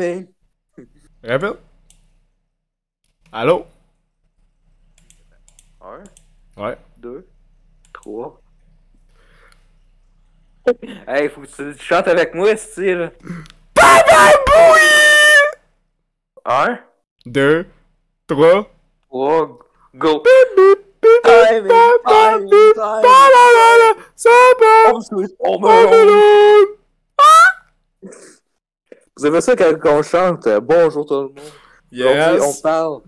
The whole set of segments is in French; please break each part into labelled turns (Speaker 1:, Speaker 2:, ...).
Speaker 1: Mais.
Speaker 2: Répète. Allô?
Speaker 1: 1,
Speaker 2: Ouais.
Speaker 1: 2, 3. Hey, faut que tu, tu chantes avec moi, style. Papa Bouille! 1,
Speaker 2: Deux. Trois.
Speaker 1: 3, go!
Speaker 2: Bip, bip,
Speaker 1: Time,
Speaker 2: bip,
Speaker 1: time,
Speaker 2: bip,
Speaker 1: time.
Speaker 2: la, la, la, la, ça va, Babylone.
Speaker 1: Vous aimez ça quand on chante euh, Bonjour tout le monde. Aujourd'hui, on
Speaker 2: Yes.
Speaker 1: parle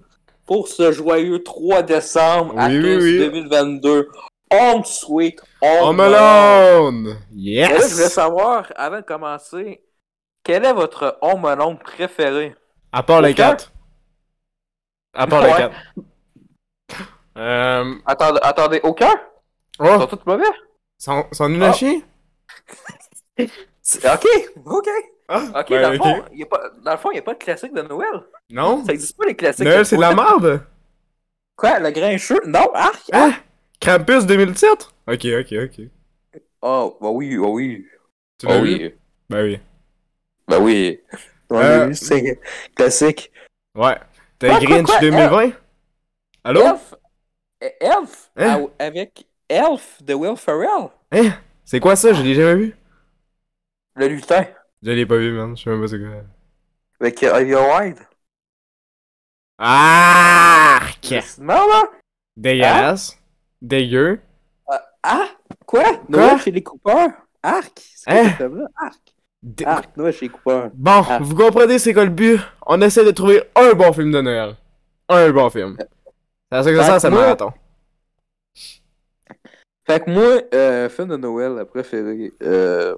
Speaker 1: pour ce joyeux 3 décembre à
Speaker 2: Oui,
Speaker 1: tous
Speaker 2: oui, oui.
Speaker 1: 2022. Home sweet,
Speaker 2: On
Speaker 1: home
Speaker 2: me l'onde.
Speaker 1: Et là, je voulais
Speaker 2: Yes.
Speaker 1: savoir, avant de commencer, quel est votre home alone préféré?
Speaker 2: À part les
Speaker 1: Pourquoi?
Speaker 2: quatre. À part les
Speaker 1: Ouais.
Speaker 2: quatre. Euh,
Speaker 1: Attendez, attendez, aucun? Ils
Speaker 2: oh,
Speaker 1: sont tous mauvais?
Speaker 2: sont, sont nuls à
Speaker 1: Ah.
Speaker 2: chier?
Speaker 1: C'est- Ok, ok.
Speaker 2: Ah,
Speaker 1: Ok,
Speaker 2: Oh. ben,
Speaker 1: dans, le
Speaker 2: ok.
Speaker 1: fond, il y a pas, dans le fond, il n'y a pas de classique de Noël.
Speaker 2: Non?
Speaker 1: Ça existe pas les classiques.
Speaker 2: Noël, c'est de la merde?
Speaker 1: Quoi, le grincheux? Non, arc!
Speaker 2: Hein? Krampus 2007? Ok, ok, ok.
Speaker 1: Oh, bah oui, bah oui.
Speaker 2: Tu
Speaker 1: Bah
Speaker 2: l'as vu?
Speaker 1: oui.
Speaker 2: Ben oui.
Speaker 1: Bah oui. On
Speaker 2: Euh,
Speaker 1: l'a vu, c'est classique.
Speaker 2: Ouais.
Speaker 1: Quoi,
Speaker 2: T'as
Speaker 1: quoi,
Speaker 2: Grinch
Speaker 1: quoi? Ah!
Speaker 2: 2020? Allô?
Speaker 1: Elf! Eh, Elf!
Speaker 2: Hein?
Speaker 1: Ah, Avec Elf de Will Ferrell.
Speaker 2: Hein? C'est quoi ça? Je l'ai jamais vu.
Speaker 1: Le lutin.
Speaker 2: Je l'ai pas vu, man. Je sais même pas c'est quoi.
Speaker 1: Avec euh, Olivia Wilde.
Speaker 2: Arc!
Speaker 1: Non, là!
Speaker 2: Dégueulasse. Dégueu.
Speaker 1: Euh, ah! Quoi? Noël chez les coupeurs? Arc! C'est quoi
Speaker 2: Hein?
Speaker 1: ce là Arc!
Speaker 2: Dé-
Speaker 1: Arc, Noël chez les coupeurs.
Speaker 2: Bon,
Speaker 1: Ah.
Speaker 2: vous comprenez c'est quoi le but? On essaie de trouver un bon film de Noël. Un bon film. C'est à ça que ça
Speaker 1: Fait
Speaker 2: sert,
Speaker 1: que
Speaker 2: c'est le
Speaker 1: moi-
Speaker 2: marathon.
Speaker 1: Fait que moi, euh, film de Noël préféré, euh,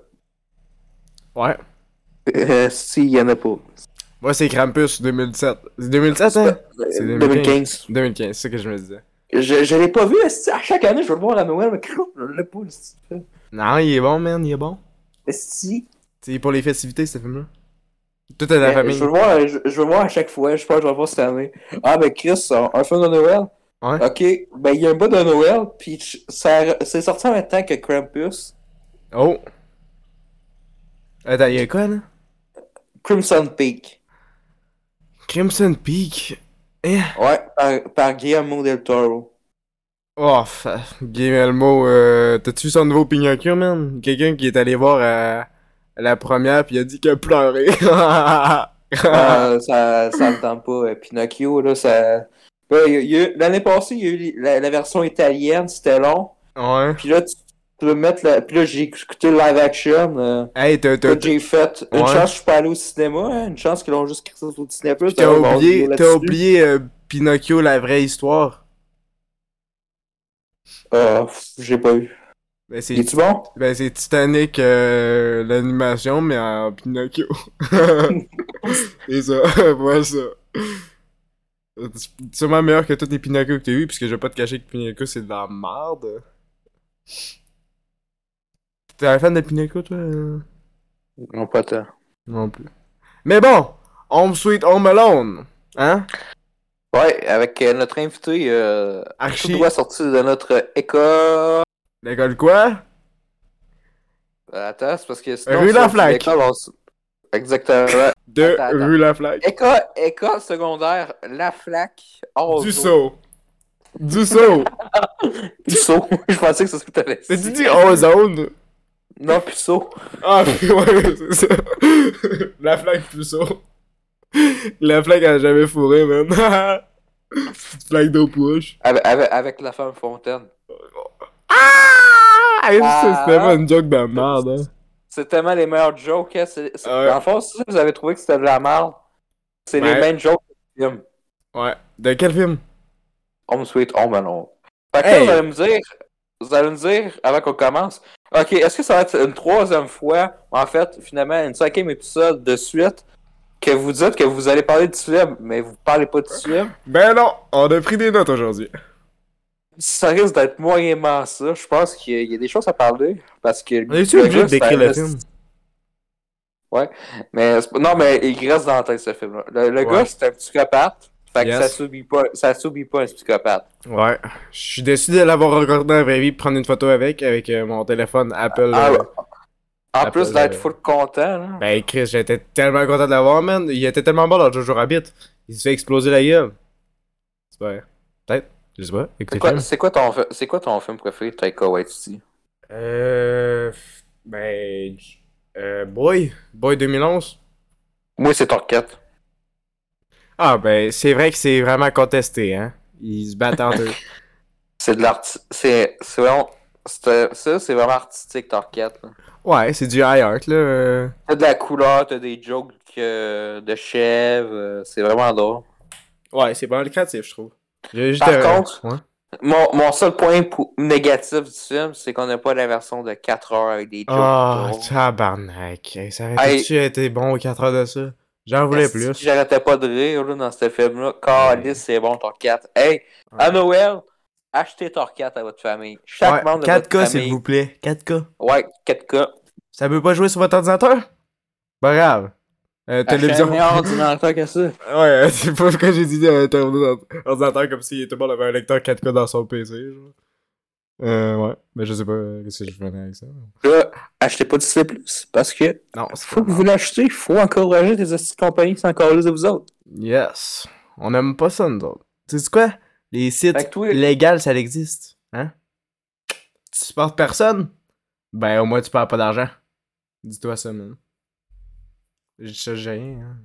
Speaker 2: Ouais.
Speaker 1: euh, s'il y en a pas.
Speaker 2: Moi, c'est Krampus 2017. C'est 2017, hein? C'est
Speaker 1: 2015.
Speaker 2: 2015, c'est ce que je me disais.
Speaker 1: Je, je l'ai pas vu, esti. à chaque année, je veux le voir à Noël, mais crou, je l'ai pas, esti.
Speaker 2: Non, il est bon, man, il est bon.
Speaker 1: Esti.
Speaker 2: C'est pour les festivités, ce film-là. Tout est la
Speaker 1: Euh,
Speaker 2: famille.
Speaker 1: Je veux le voir, je, je veux le voir à chaque fois, je pense que je vais le voir cette année. Ah, ben Chris, un, un film de Noël?
Speaker 2: Ouais.
Speaker 1: Ok, ben il y a un bout de Noël, pis ch- ça- c'est sorti en même temps que Krampus.
Speaker 2: Oh! Attends, il y a quoi, là?
Speaker 1: Crimson Peak.
Speaker 2: Crimson Peak. Eh?
Speaker 1: Ouais, par, par Guillermo del Toro.
Speaker 2: Oh, fa... Guillermo, euh, t'as-tu vu son nouveau Pinocchio, man? Quelqu'un qui est allé voir à, à la première puis il a dit qu'il a pleuré.
Speaker 1: Euh, ça, ça me tente pas. euh, Pinocchio, là, ça. Ouais, il y a- il y a eu- L'année passée, il y a eu la, la version italienne, c'était long.
Speaker 2: ouais.
Speaker 1: Puis là, tu, tu veux mettre. La... Puis là, j'ai écouté le live action. euh,
Speaker 2: Hey, t'as,
Speaker 1: que
Speaker 2: t'as,
Speaker 1: j'ai fait. Une
Speaker 2: Ouais.
Speaker 1: chance, je suis pas allé au cinéma. hein, Une chance qu'ils l'ont juste crissé au cinéma.
Speaker 2: puis t'as oublié, t'as oublié euh, Pinocchio, la vraie histoire.
Speaker 1: Euh, pff, j'ai pas eu.
Speaker 2: Ben, c'est,
Speaker 1: Il est-tu bon?
Speaker 2: ben, c'est Titanic, euh, l'animation, mais en Pinocchio. C'est ça, ouais, ça. C'est sûrement meilleur que tous les Pinocchio que t'as eu, puisque je vais pas te cacher que Pinocchio c'est de la merde. T'es un fan de Pinocchio, toi euh?
Speaker 1: Non, pas tant.
Speaker 2: Non plus. Mais bon, Home Sweet Home Alone, hein?
Speaker 1: Ouais, avec euh, notre invité, euh, tout
Speaker 2: Archie,
Speaker 1: doit sortir de notre école.
Speaker 2: l'école quoi?
Speaker 1: Euh, Attends, c'est parce que sinon...
Speaker 2: Rue
Speaker 1: si on dit
Speaker 2: Laflac.
Speaker 1: l'école, on s- Exactement.
Speaker 2: De
Speaker 1: Attends, attends.
Speaker 2: Rue Laflaque.
Speaker 1: École, école secondaire, la flaque, oh,
Speaker 2: Du saut. Du saut.
Speaker 1: Du saut. Je pensais que c'est ce que t'avais
Speaker 2: T'as-tu dit Ozone?
Speaker 1: Non, plus saut.
Speaker 2: Ah, puis ouais, c'est ça. La flaque plus saut. La flaque a jamais fourré, man. Petite flaque d'eau push.
Speaker 1: Avec, avec, avec la femme fontaine.
Speaker 2: Ah! Hey,
Speaker 1: Ah.
Speaker 2: ça, C'est vraiment une joke de merde, hein.
Speaker 1: C'est tellement les meilleurs jokes. Hein. c'est- c'est-
Speaker 2: Ah Ouais.
Speaker 1: Dans le fond, si vous avez trouvé que c'était de la merde, c'est les
Speaker 2: Ouais.
Speaker 1: mêmes jokes que le film.
Speaker 2: Ouais. De quel film?
Speaker 1: Home sweet home alone. Fait que là,
Speaker 2: Hey.
Speaker 1: vous allez me dire, vous allez me dire, avant qu'on commence, ok, est-ce que ça va être une troisième fois, en fait, finalement, un cinquième épisode de suite, que vous dites que vous allez parler du film, mais vous parlez pas du film?
Speaker 2: Ben non, on a pris des notes aujourd'hui.
Speaker 1: Ça risque d'être moyennement ça. Je pense qu'il y a- il y, a des choses à parler, parce que...
Speaker 2: On est-tu obligé
Speaker 1: gars,
Speaker 2: de décrire
Speaker 1: c'est un-
Speaker 2: le film?
Speaker 1: Mais, c'est pas- non, mais il reste dans la tête, ce film-là. Le, le
Speaker 2: Ouais.
Speaker 1: gars, c'est un psychopathe, fait que
Speaker 2: Yes.
Speaker 1: ça subit pas, ça subit pas un psychopathe.
Speaker 2: Ouais. Je suis déçu de l'avoir regardé en vraie vie, prendre une photo avec, avec euh, mon téléphone Apple.
Speaker 1: Ah,
Speaker 2: euh,
Speaker 1: ouais. En
Speaker 2: Ah,
Speaker 1: plus
Speaker 2: pas,
Speaker 1: d'être
Speaker 2: euh,
Speaker 1: full content, là.
Speaker 2: Ben, Chris, j'étais tellement content de l'avoir, man. Il était tellement bon dans Jojo Rabbit. Il se fait exploser la gueule. C'est pas vrai. Peut-être. Je sais pas. Écoutez
Speaker 1: C'est
Speaker 2: le
Speaker 1: quoi,
Speaker 2: film.
Speaker 1: c'est quoi ton, fi- c'est quoi ton film préféré, Taika Waititi?
Speaker 2: Euh. Ben. j- Euh. Boy. Boy 2011.
Speaker 1: Moi, c'est Torquette.
Speaker 2: Ah, ben, c'est vrai que c'est vraiment contesté, hein. Ils se battent entre eux.
Speaker 1: C'est de l'art... C'est, c'est vraiment... c'est- ça, c'est vraiment artistique, Torquette. là.
Speaker 2: Ouais, c'est du high art, là. euh.
Speaker 1: T'as de la couleur, t'as des jokes euh, de chèvre, euh, c'est vraiment drôle.
Speaker 2: Ouais, c'est pas créatif, je trouve.
Speaker 1: Par contre- Mon, mon seul point pou- négatif du film, c'est qu'on n'a pas la version de 4 heures avec des jokes
Speaker 2: Oh,
Speaker 1: drôles.
Speaker 2: tabarnak. Hey, Ça aurait tu été bon aux 4 heures de ça? J'en voulais
Speaker 1: Esti,
Speaker 2: plus.
Speaker 1: J'arrêtais pas de rire là, dans ce film-là. Calice, c'est bon, Torquette. Hey, à
Speaker 2: Ouais.
Speaker 1: Noël, achetez Torquette à votre famille. Chaque membre de votre
Speaker 2: 4K, s'il
Speaker 1: famille.
Speaker 2: vous plaît. 4K.
Speaker 1: Ouais, 4K.
Speaker 2: Ça peut pas jouer sur votre ordinateur? Pas grave. Euh,
Speaker 1: Achetez
Speaker 2: télévision.
Speaker 1: un meilleur ordinateur que ça.
Speaker 2: Ouais, c'est pas pourquoi j'ai dit euh, terminal- ordinateur comme si tout le monde avait un lecteur 4K dans son PC, genre. Euh, ouais. Mais je sais pas euh, qu'est-ce que je venais avec ça.
Speaker 1: Là, achetez pas du C+, parce que
Speaker 2: Non, c'est
Speaker 1: faut que vous l'achetez, faut encourager des petites compagnies qui sont encore de vous autres.
Speaker 2: Yes. On aime pas ça, nous autres. Tu sais quoi? Les sites
Speaker 1: Fait que toi-
Speaker 2: légaux, ça existe. Hein? Tu supportes personne? Ben, au moins, tu perds pas d'argent. Dis-toi ça, man. Je sais j'ai rien, hein.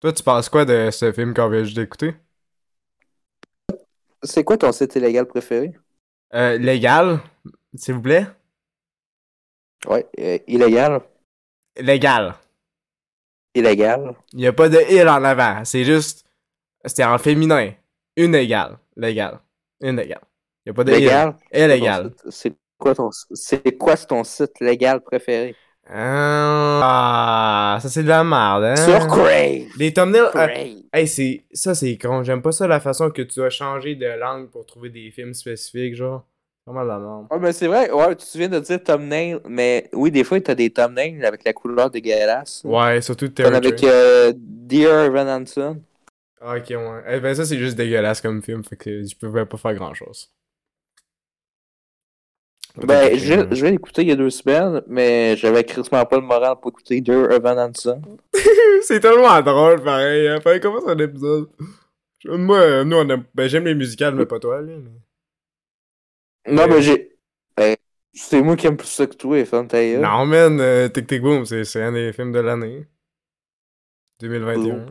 Speaker 2: Toi, tu penses quoi de ce film qu'on vient juste d'écouter?
Speaker 1: C'est quoi ton site illégal préféré?
Speaker 2: Euh, légal, s'il vous plaît.
Speaker 1: Ouais, euh, illégal.
Speaker 2: Légal.
Speaker 1: Illégal.
Speaker 2: Il y a pas de il en avant. C'est juste. C'était en féminin. Une égale. Légal. Une égale. Il y a pas de il.
Speaker 1: Légal.
Speaker 2: Illégal.
Speaker 1: Ton site- C'est quoi ton c'est quoi ton site légal préféré?
Speaker 2: Euh, Ah, ça c'est de la merde, hein?
Speaker 1: Sur Crave.
Speaker 2: Les thumbnails. euh,
Speaker 1: Crave.
Speaker 2: hey, c'est. Ça c'est con. J'aime pas ça la façon que tu as changé de langue pour trouver des films spécifiques, genre. Comment de la merde.
Speaker 1: Ouais, mais c'est vrai, ouais, tu te souviens de dire thumbnail, mais oui, des fois, t'as des thumbnails avec la couleur dégueulasse.
Speaker 2: Ouais, surtout
Speaker 1: Comme
Speaker 2: Terry.
Speaker 1: avec euh, Dear Evan Hansen.
Speaker 2: Ah, ok, ouais. Eh ben ça c'est juste dégueulasse comme film, fait que je pouvais pas faire grand chose.
Speaker 1: Ben, je viens- je vais l'écouter il y a deux semaines, mais j'avais crissement pas le moral pour écouter Dear Evan Hansen.
Speaker 2: C'est tellement drôle, pareil. Hein. Fallait qu'on fasse un épisode. Je- Moi, euh, nous, on aime... ben, j'aime les musicales, mais pas toi, là. mais-
Speaker 1: Non,
Speaker 2: Ouais.
Speaker 1: mais j'ai. Ben, c'est moi qui aime plus ça que toi, Fan Taylor.
Speaker 2: Non, man, euh, Tic Tic Boom, c'est c'est un des films de l'année. 2021.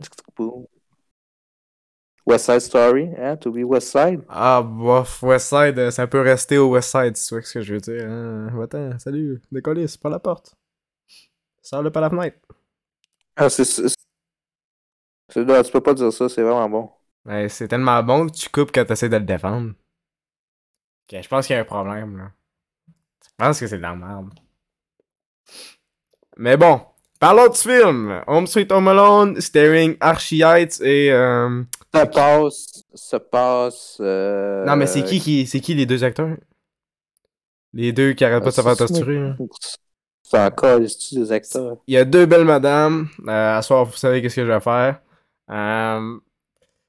Speaker 1: West Side Story, hein, To Be West Side.
Speaker 2: Ah, bof, West Side, euh, ça peut rester au West Side, si tu vois ce que je veux dire. Hein. Va-t'en, salut, décollez, c'est pas la porte. Sors-le par la fenêtre.
Speaker 1: Ah, c'est. c'est- c'est- non, tu peux pas dire ça, c'est vraiment bon.
Speaker 2: Ouais, c'est tellement bon que tu coupes quand t'essaies de le défendre. Ok, je pense qu'il y a un problème, là. Je pense que c'est de la merde. Mais bon, parlons du film. Home Sweet Home Alone, starring Archie Yates et... euh,
Speaker 1: Ça passe, ça passe. euh,
Speaker 2: Non, mais c'est qui, qui, c'est qui les deux acteurs? Les deux qui arrêtent pas de se faire
Speaker 1: Ah, c'est-
Speaker 2: torturer. hein. là.
Speaker 1: C'est encore les des acteurs.
Speaker 2: Il y a deux belles madames. Euh, à soir, vous savez qu'est-ce que je vais faire. Euh,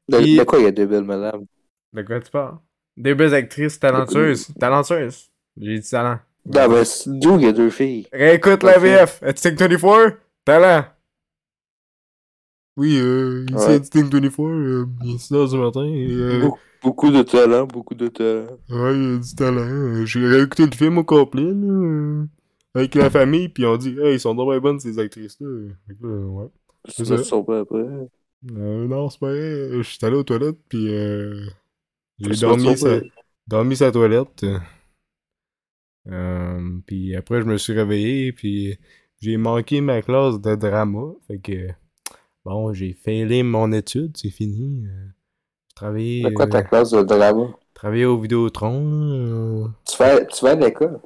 Speaker 1: De,
Speaker 2: Il-
Speaker 1: de quoi il y a deux belles madames
Speaker 2: de quoi tu parles? Deux belles actrices talentueuses. Talentueuses. J'ai dit talent.
Speaker 1: Non, mais c'est- d'où il y a deux filles
Speaker 2: Réécoute la
Speaker 1: Ok.
Speaker 2: VF. Instinct 24, talent. Oui, euh, ici
Speaker 1: Ouais.
Speaker 2: Instinct 24, euh, il est 6 heures du matin. et, euh,
Speaker 1: Beaucoup, beaucoup de talent, beaucoup de talent.
Speaker 2: ouais, il y a du talent. Euh, J'ai réécouté le film au complet, là, euh, avec la famille, puis on dit, hey, ils sont vraiment bonnes ces actrices-là. Fait que là, ouais.
Speaker 1: Je
Speaker 2: C'est
Speaker 1: me
Speaker 2: ça.
Speaker 1: souviens pas après.
Speaker 2: Euh, non, c'est pas vrai. J'étais allé aux toilettes, puis euh, j'ai
Speaker 1: Je me souviens
Speaker 2: dormi, sa-
Speaker 1: pas.
Speaker 2: dormi sa toilette. Euh, puis après, je me suis réveillé, puis j'ai manqué ma classe de drama. Fait que, bon, j'ai failé mon étude, c'est fini. Euh, J'ai travaillé,
Speaker 1: C'est quoi ta
Speaker 2: euh,
Speaker 1: classe de drama
Speaker 2: travaillé au Vidéotron. là, euh,
Speaker 1: Tu fais, tu fais de l'école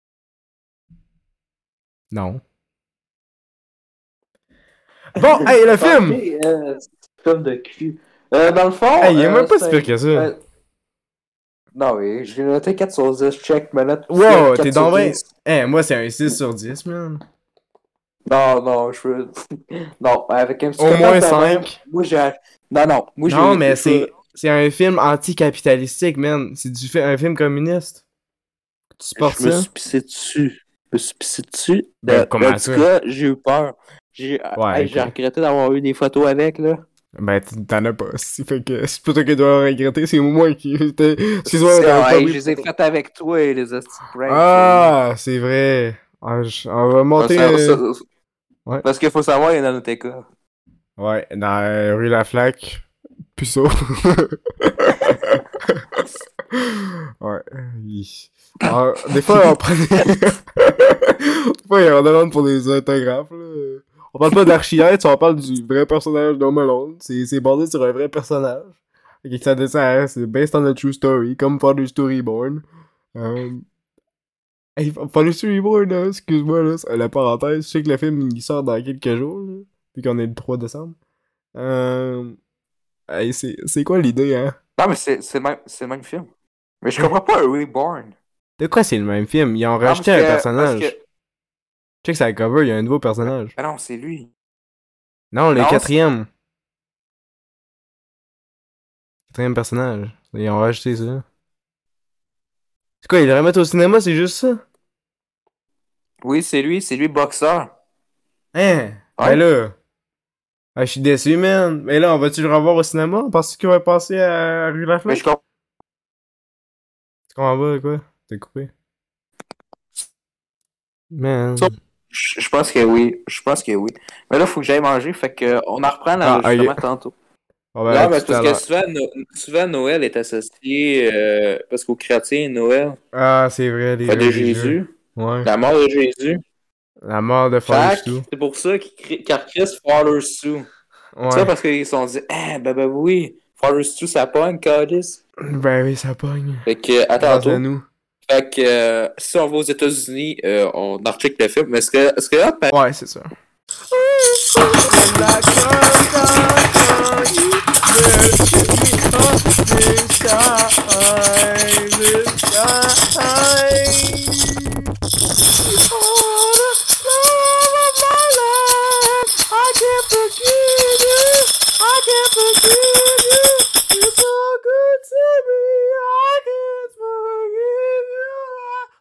Speaker 2: Non. Bon, hey, le film!
Speaker 1: Ok, euh, c'est Film de cul. Euh, dans le fond.
Speaker 2: Hey, il est
Speaker 1: euh,
Speaker 2: même pas si
Speaker 1: c'est-
Speaker 2: pire que ça.
Speaker 1: euh, Non, oui, j'ai noté 4 sur 10, check, manette.
Speaker 2: Wow,
Speaker 1: 4
Speaker 2: t'es
Speaker 1: sur
Speaker 2: dans
Speaker 1: 10.
Speaker 2: Eh, moi, c'est un 6 sur 10, man.
Speaker 1: Non, non, je veux. Non, avec un petit
Speaker 2: Au
Speaker 1: coton
Speaker 2: moins
Speaker 1: de main,
Speaker 2: cinq.
Speaker 1: Moi, j'ai. Non, non, moi, j'ai.
Speaker 2: Non, mais
Speaker 1: je-
Speaker 2: c'est c'est un film anticapitalistique, man. C'est du fi- un film communiste. Tu supportes
Speaker 1: Je me
Speaker 2: ça?
Speaker 1: suis pissé dessus. Je me suis pissé dessus. De,
Speaker 2: Ben, comment
Speaker 1: en
Speaker 2: ça?
Speaker 1: tout cas, j'ai eu peur. J'ai ah,
Speaker 2: Ouais,
Speaker 1: hey,
Speaker 2: ok.
Speaker 1: j'ai regretté d'avoir eu des photos avec, là.
Speaker 2: Ben, t- t'en as pas. si, Fait que c'est plutôt qu'il doit regretter, c'est moi qui. t'es- Excuse-moi,
Speaker 1: C'est-
Speaker 2: t'avais pas
Speaker 1: hey,
Speaker 2: mis-
Speaker 1: je les ai faites avec toi, les hosties de pranks.
Speaker 2: Ah, c'est vrai. Ah, je- on va
Speaker 1: Parce
Speaker 2: monter.
Speaker 1: que-
Speaker 2: euh,
Speaker 1: ça- ça-
Speaker 2: Ouais.
Speaker 1: Parce qu'il faut savoir, il y en a dans TK.
Speaker 2: Ouais, dans euh, rue La Flaque, puceau. ouais. il- Alors, des fois, on prend. des fois, on demande pour des autographes. là. On parle pas d'architecte, on parle du vrai personnage d'Home Alone. C'est c'est basé sur un vrai personnage. Fait que ça descend à- c'est based on a true story, comme Father Story Born. Euh... Hey, Father Story Born, là, excuse-moi, là, c'est la parenthèse, je sais que le film il sort dans quelques jours. là puis qu'on est le 3 décembre. Euh... hey, c'est c'est quoi l'idée, hein?
Speaker 1: Non, mais c'est c'est le, même- c'est le même film. Mais je comprends pas Reborn.
Speaker 2: De quoi c'est le même film? Ils ont
Speaker 1: Non,
Speaker 2: rajouté
Speaker 1: parce
Speaker 2: un
Speaker 1: que-
Speaker 2: personnage.
Speaker 1: parce que-
Speaker 2: Check sa cover, il y a un nouveau personnage.
Speaker 1: Ah non, c'est lui.
Speaker 2: Non, le
Speaker 1: Non, c'est-
Speaker 2: quatrième. Quatrième personnage. Ils ont rajouté ça. C'est quoi, ils le remettent au cinéma, c'est juste ça?
Speaker 1: Oui, c'est lui, c'est lui, boxeur.
Speaker 2: Hein?
Speaker 1: Ouais.
Speaker 2: Ben là... Ah, je suis déçu, man. Mais là, on va-tu le revoir au cinéma? Parce qu'il va passer à Rue
Speaker 1: Mais
Speaker 2: Lafleur?
Speaker 1: je comprends.
Speaker 2: Tu comprends pas, quoi? T'es coupé. Man...
Speaker 1: Ça- Je je pense que oui. Je pense que oui. Mais là, faut que j'aille manger. Fait que euh, on en reprend l'enregistrement
Speaker 2: Ah,
Speaker 1: tantôt.
Speaker 2: On va
Speaker 1: non,
Speaker 2: aller
Speaker 1: mais
Speaker 2: ben, tout
Speaker 1: ben, parce
Speaker 2: à
Speaker 1: que
Speaker 2: l'heure.
Speaker 1: souvent, No- souvent, Noël est associé. euh, parce qu'aux chrétiens, Noël,
Speaker 2: Ah, c'est vrai, les
Speaker 1: fête de
Speaker 2: religieux.
Speaker 1: Jésus,
Speaker 2: Ouais.
Speaker 1: la mort de Jésus.
Speaker 2: La mort de
Speaker 1: Fait que
Speaker 2: Fallou.
Speaker 1: C'est pour ça qu'il crie- car Chris Fowler Sue. Ça,
Speaker 2: Ouais.
Speaker 1: parce qu'ils se sont dit, eh, ben, ben oui, Fowler Sue, ça pogne, Codis.
Speaker 2: Ben oui, ça pogne.
Speaker 1: Fait que, à
Speaker 2: Grâce
Speaker 1: tantôt.
Speaker 2: à nous.
Speaker 1: Fait que, euh, si on va aux États-Unis, euh, on article le film. Mais ce que, ce que là,
Speaker 2: Ouais, c'est ça.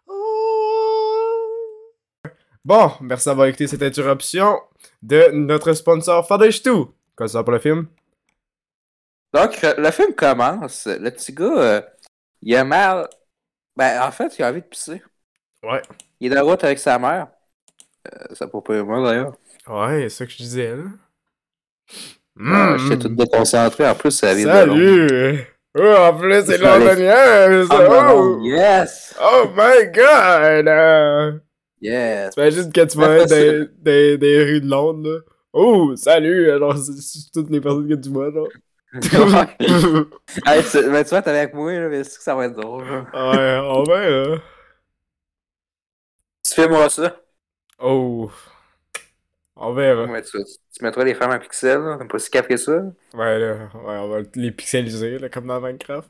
Speaker 2: Oh. Bon, merci d'avoir écouté cette interruption de notre sponsor Fadesh Tout. Quoi ça pour le film?
Speaker 1: Donc, euh, le film commence. Le petit gars, euh, il a mal. Ben, en fait, il a envie de pisser.
Speaker 2: Ouais.
Speaker 1: Il est en route avec sa mère. Euh, ça peut pas moi, d'ailleurs.
Speaker 2: Ouais, c'est ça que je disais, là.
Speaker 1: Euh, J'étais tout déconcentré. En plus, ça vient de Londres.
Speaker 2: Mm, Hmm. Salut! Oh, en plus, c'est
Speaker 1: Je suis allé-
Speaker 2: londonien!
Speaker 1: Ah, de
Speaker 2: Oh.
Speaker 1: Londres. Yes!
Speaker 2: oh my god! Euh,
Speaker 1: Yes!
Speaker 2: T'imagines quand tu vas
Speaker 1: Ouais,
Speaker 2: être
Speaker 1: c'est-
Speaker 2: dans dans- dans les rues de Londres, là. Oh, salut! Alors, c'est c'est toutes les personnes que tu vois, genre.
Speaker 1: Ouais.
Speaker 2: ouais,
Speaker 1: Hey, tu- mais tu vois, t'es avec moi, là, mais c'est que ça va être drôle. là.
Speaker 2: on verra.
Speaker 1: Tu fais moi ça.
Speaker 2: Oh. On verra.
Speaker 1: Ouais, tu, tu mettras les femmes en pixels, là. T'es pas si capé que ça.
Speaker 2: Ouais, là, ouais, on va les pixeliser, là, comme dans Minecraft.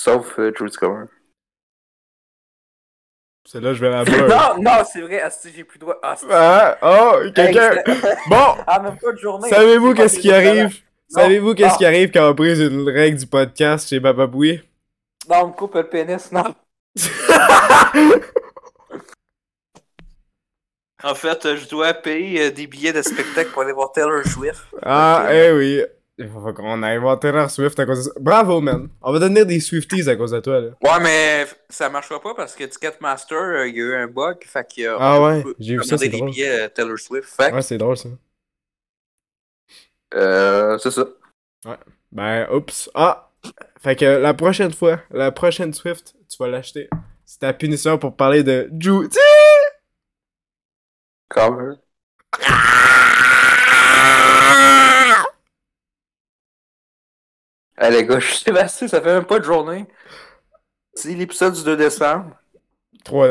Speaker 1: Sauf euh, True Discover.
Speaker 2: Celle-là, je vais la blur.
Speaker 1: Non, non, c'est vrai, asti, j'ai plus le droit. Asti.
Speaker 2: bah. Ah, oh, quelqu'un.
Speaker 1: Hey, c'est-
Speaker 2: Bon,
Speaker 1: Ah, même pas de journée.
Speaker 2: savez-vous
Speaker 1: C'est pas
Speaker 2: qu'est-ce
Speaker 1: des
Speaker 2: qui
Speaker 1: écoles.
Speaker 2: arrive? Savez-vous qu'est-ce
Speaker 1: Ah.
Speaker 2: qui arrive quand on brise une règle du podcast chez Papa Boui?
Speaker 1: Non, on me coupe le pénis, non. En fait, euh, je dois payer euh, des billets de spectacle pour aller voir Taylor Swift.
Speaker 2: Ah,
Speaker 1: Ok.
Speaker 2: eh oui. Il faut qu'on aille voir Taylor Swift à cause de ça. Bravo, man. On va devenir des Swifties à cause de toi, là.
Speaker 1: Ouais, mais ça marchera pas parce que Ticketmaster, euh, il y a eu un bug, fait que. euh,
Speaker 2: Ah ouais,
Speaker 1: peut
Speaker 2: j'ai vu ça,
Speaker 1: commander
Speaker 2: c'est
Speaker 1: des
Speaker 2: drôle.
Speaker 1: billets euh, Taylor Swift. Fait que,
Speaker 2: Ouais, c'est drôle, ça.
Speaker 1: euh, c'est ça.
Speaker 2: Ben, oups. Ah! Fait que la prochaine fois, la prochaine Swift, tu vas l'acheter. C'est ta punition pour parler de Ju.
Speaker 1: Quand même. Hey les gars, je suis Sébastien, ça fait même pas de journée. C'est l'épisode du 2 décembre.
Speaker 2: 3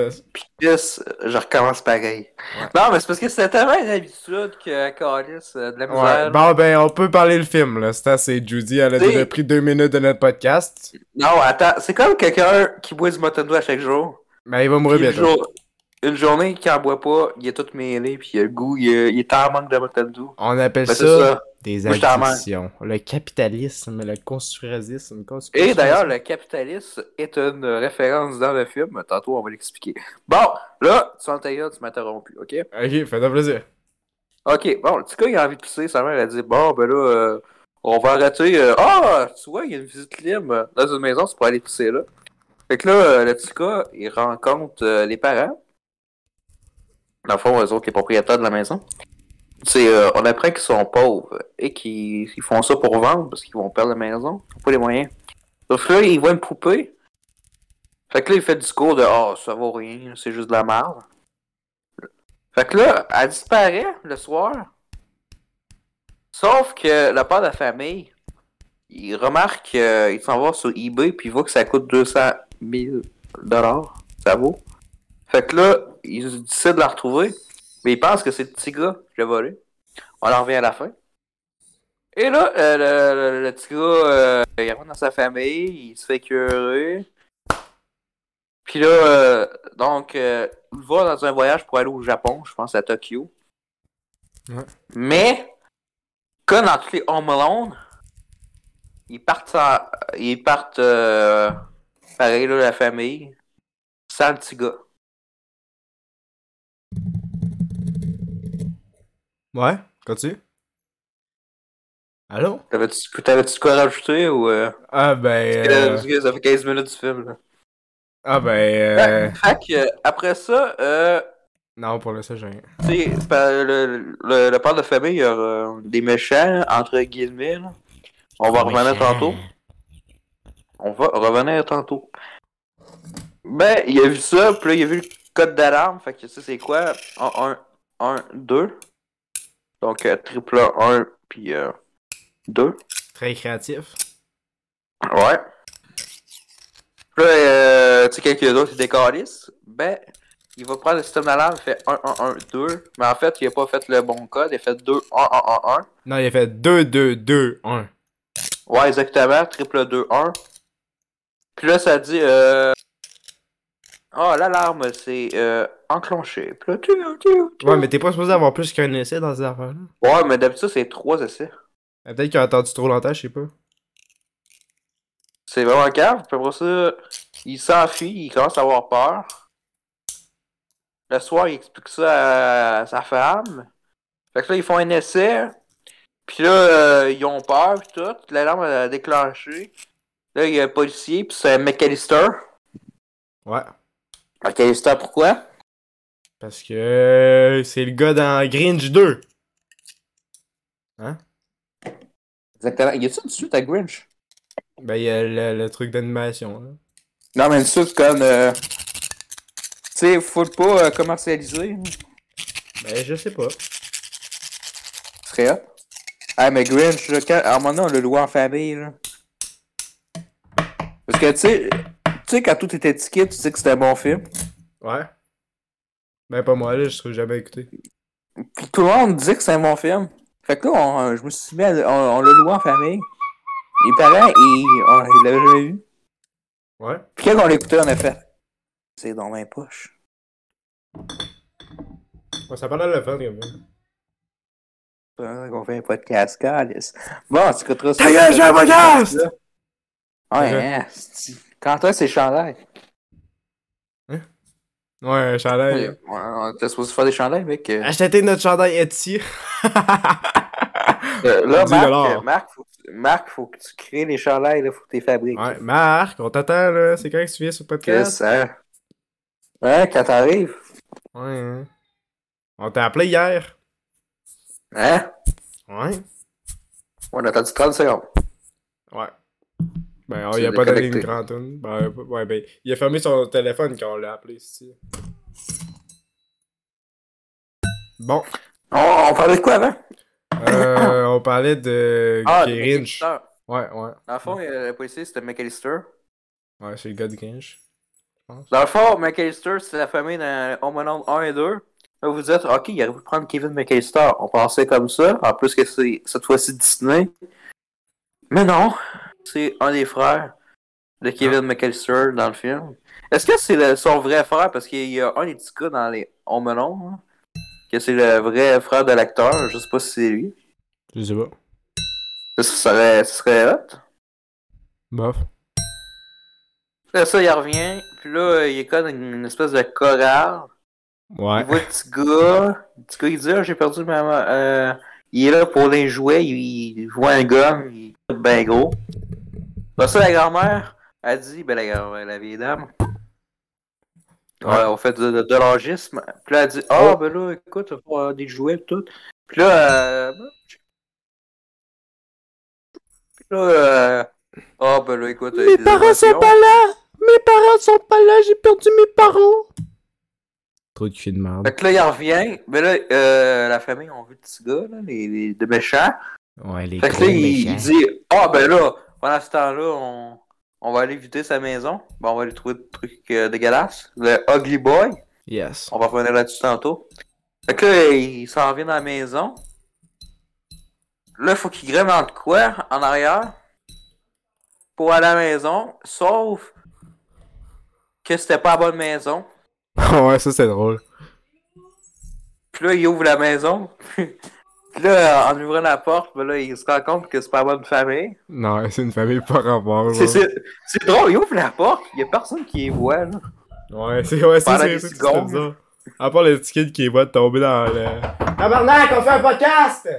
Speaker 1: Yes, je recommence pareil. Non, mais c'est parce que c'était tellement une habitude que Carlis, euh, de la misère.
Speaker 2: Ouais. Bon, ben, on peut parler le film, là. C'est assez. Judy, elle a
Speaker 1: Si.
Speaker 2: déjà pris deux minutes de notre podcast.
Speaker 1: Non, attends, c'est comme quelqu'un qui boit du Mountain Dew à chaque jour.
Speaker 2: Mais Ben, il va
Speaker 1: Puis
Speaker 2: mourir
Speaker 1: Une,
Speaker 2: bientôt.
Speaker 1: jour- une journée qu'il en boit pas, il est tout mêlé, puis il a le goût, il, il est en manque de Mountain Dew.
Speaker 2: On appelle
Speaker 1: Ben, c'est
Speaker 2: ça,
Speaker 1: ça.
Speaker 2: Des
Speaker 1: Moi, j'étais en mer.
Speaker 2: addictions. Le capitalisme, le consumérisme.
Speaker 1: Et Eh, d'ailleurs, le capitaliste est une référence dans le film. Tantôt, on va l'expliquer. Bon, là, tu en t'ailles, tu m'interromps plus, ok?
Speaker 2: Ok, fais-toi plaisir.
Speaker 1: Ok, bon, le petit gars, il a envie de pisser. Sa mère, elle dit Bon, ben là, euh, on va arrêter. euh, Ah, tu vois, il y a une visite libre euh, dans une maison, c'est pour aller pisser là. Fait que là, euh, le petit gars, il rencontre euh, les parents. Dans le fond, eux autres, les propriétaires de la maison. C'est, euh, on apprend qu'ils sont pauvres et qu'ils ils font ça pour vendre parce qu'ils vont perdre la maison. Ils n'ont pas les moyens. Sauf que là, il voit une poupée. Fait que là, il fait le discours de Ah, ça vaut rien, c'est juste de la merde. Fait que là, elle disparaît le soir. Sauf que le père de la famille, il remarque, euh, il s'en va sur eBay, puis il voit que ça coûte 200 000 dollars. Ça vaut. Fait que là, il décide de la retrouver, mais il pense que c'est le petit gars qui l'a volé. On en revient à la fin. Et là, euh, le, le- le petit gars, euh, il rentre dans sa famille, il se fait curer. Puis là, euh, donc, euh, il va dans un voyage pour aller au Japon, je pense à Tokyo.
Speaker 2: Ouais.
Speaker 1: Mais, comme dans tous les Home Alone, ils partent, en- ils partent euh, pareil, là, la famille, sans le petit gars.
Speaker 2: Ouais, continue. Allô?
Speaker 1: T'avais-tu t'avais-tu de quoi rajouter ou. euh,
Speaker 2: Ah ben. euh,
Speaker 1: parce que Ça fait 15 minutes du film. Là.
Speaker 2: Ah ben. euh,
Speaker 1: Fait que, euh, après ça, euh,
Speaker 2: Non, pour le ça, j'ai rien.
Speaker 1: tu sais, par- le, le, le père de famille, il y a euh, des méchants, entre guillemets. là. On va revenir tantôt. On va revenir tantôt. Ben, il a vu ça, puis là, il a vu le code d'alarme. Fait que, tu sais, c'est quoi 1, 1, 2. Donc, euh, triple 1, puis euh, 2.
Speaker 2: Très créatif.
Speaker 1: Ouais. Puis là, euh, tu sais, quelqu'un d'autre, il décalisse. Ben, il va prendre le système d'alarme, il fait 1, 1, 1, 2. Mais en fait, il a pas fait le bon code, il a fait 2, 1, 1, 1, 1.
Speaker 2: Non, il a fait 2, 2, 2, 1.
Speaker 1: Ouais, exactement, triple 2, 1. Puis là, ça dit, euh... Ah, l'alarme, c'est euh, enclenchée. Puis là, tu, tu, tu.
Speaker 2: Ouais, mais t'es pas supposé avoir plus qu'un essai dans ces affaires-là.
Speaker 1: Ouais, mais d'habitude, c'est 3 essais.
Speaker 2: Ah, Peut-être qu'il a attendu trop longtemps, je sais pas.
Speaker 1: C'est vraiment grave. Puis après ça, il s'enfuit, il commence à avoir peur. Le soir, il explique ça à sa femme. Fait que là, ils font un essai. Puis là, euh, ils ont peur, puis tout. L'alarme a déclenché. Là, il y a un policier, puis c'est McAllister.
Speaker 2: Ouais.
Speaker 1: McAllister, pourquoi?
Speaker 2: Parce que euh, c'est le gars dans Grinch 2.
Speaker 1: Exactement. Y a-tu une suite à Grinch?
Speaker 2: Ben, il y a le, le truc d'animation, là.
Speaker 1: Non, mais une suite comme... Euh... Tu sais, faut pas euh, commercialiser. hein.
Speaker 2: Ben, je sais pas.
Speaker 1: Ce serait hop. Ah, mais Grinch, là, quand... à un moment donné, on le loue en famille, là. Parce que, tu sais, tu sais, quand tout était ticket, tu sais que c'était un bon film.
Speaker 2: Ouais. Ben, pas moi, là, je trouve jamais écouté.
Speaker 1: Puis tout le monde dit que c'est un bon film. Fait que là, on- je me suis mis à le- on, on le loue en famille. Les parents, ils, on, ils l'avaient jamais vu.
Speaker 2: Ouais.
Speaker 1: Puis quand on l'écoutait, on a fait. C'est dans ma poche.
Speaker 2: Ouais, ça parle de le fun, quand même.
Speaker 1: Pendant qu'on fait un podcast, calice. Bon, tu écouteras ça.
Speaker 2: Ta gueule, j'ai un podcast!
Speaker 1: Ouais, hein, c'est- Quand est-ce que c'est chandail?
Speaker 2: Ouais, un chandail.
Speaker 1: Ouais, on était supposé faire des chandails, mec. euh.
Speaker 2: Achetez notre chandail Etsy.
Speaker 1: Euh, là,
Speaker 2: 10
Speaker 1: Marc,
Speaker 2: dollars.
Speaker 1: euh, Marc, faut, que tu- Marc, faut que tu crées les chandails, là, faut que tu les fabriques.
Speaker 2: ouais, Marc, on t'attend, là. C'est quand que tu viens sur le podcast?
Speaker 1: Chris, hein? Hein, quand t'arrives?
Speaker 2: Ouais, hein. On t'a appelé hier.
Speaker 1: Hein?
Speaker 2: Ouais.
Speaker 1: On a attendu 30 secondes.
Speaker 2: Ouais. Ben,
Speaker 1: C'est
Speaker 2: il a pas donné une
Speaker 1: déconnecté.
Speaker 2: trentaine. Ben, euh, ouais, ben, il a fermé son téléphone quand on l'a appelé, c'est Bon,
Speaker 1: On, on parlait de quoi avant? Ah,
Speaker 2: euh, on parlait de
Speaker 1: de
Speaker 2: Grinch.
Speaker 1: McAllister.
Speaker 2: Ouais, ouais.
Speaker 1: Dans le fond, euh, le policier, c'était McAllister.
Speaker 2: Ouais, c'est le gars de Grinch.
Speaker 1: Dans le fond, McAllister, c'est la famille dans Home Alone 1 et 2. Là, vous dites, OK, il aurait pu prendre Kevin McAllister. On pensait comme ça. En plus que c'est cette fois-ci Disney. Mais non, c'est un des frères de Kevin McAllister dans le film. Est-ce que c'est le- son vrai frère? Parce qu'il y a un des petits gars dans les Home Alone, hein, que c'est le vrai frère de l'acteur. Je sais pas si c'est lui.
Speaker 2: Je sais pas.
Speaker 1: Ce serait, ce serait hot.
Speaker 2: Bof.
Speaker 1: Après ça, il revient, puis là, il est comme une, une espèce de chorale.
Speaker 2: Ouais.
Speaker 1: Il voit le petit gars, le petit gars, il dit, Ah, j'ai perdu ma ma- euh, il est là pour les jouets, il, il voit un gun, il est ben gros. Après ça, la grand-mère, elle dit, ben la, grand- la vieille dame,
Speaker 2: Ouais. Oh.
Speaker 1: ouais, on fait de, de, de l'âgisme. Puis là, elle dit, ah, ben là, écoute, on va avoir des jouets, pis tout. Puis là, euh, puis là, euh, ah, ben là, écoute,
Speaker 2: Mes
Speaker 1: des
Speaker 2: parents sont
Speaker 1: émotions.
Speaker 2: pas là! Mes parents sont pas là, j'ai perdu mes parents! Trop de cul de merde.
Speaker 1: Fait que là, il revient, mais là, euh, la famille, on veut le petit gars, là, les, les deux méchants.
Speaker 2: Ouais, les
Speaker 1: Fait que là, il, il dit Ah, ben là, pendant ce temps-là, on, on va aller vider sa maison. Ben, on va aller trouver des trucs euh, dégueulasses. Le Ugly Boy,
Speaker 2: Yes.
Speaker 1: on va revenir là-dessus tantôt. Fait que là, il s'en vient dans la maison. Là, faut qu'il grimpe en quoi en arrière pour aller à la maison, sauf que c'était pas la bonne maison.
Speaker 2: ouais, ça c'est drôle.
Speaker 1: Puis là, il ouvre la maison. Puis là, en ouvrant la porte, ben là, il se rend compte que c'est pas la bonne famille.
Speaker 2: Non, c'est une famille par rapport.
Speaker 1: C'est- C'est c'est drôle, il ouvre la porte, il y a personne qui les voit, là.
Speaker 2: Ouais, c'est ouais, c'est
Speaker 1: Pendant
Speaker 2: c'est-
Speaker 1: les
Speaker 2: c'est- c'est
Speaker 1: secondes.
Speaker 2: ça. À part le ticket qui va tomber dans le. Tabarnak, on fait un podcast!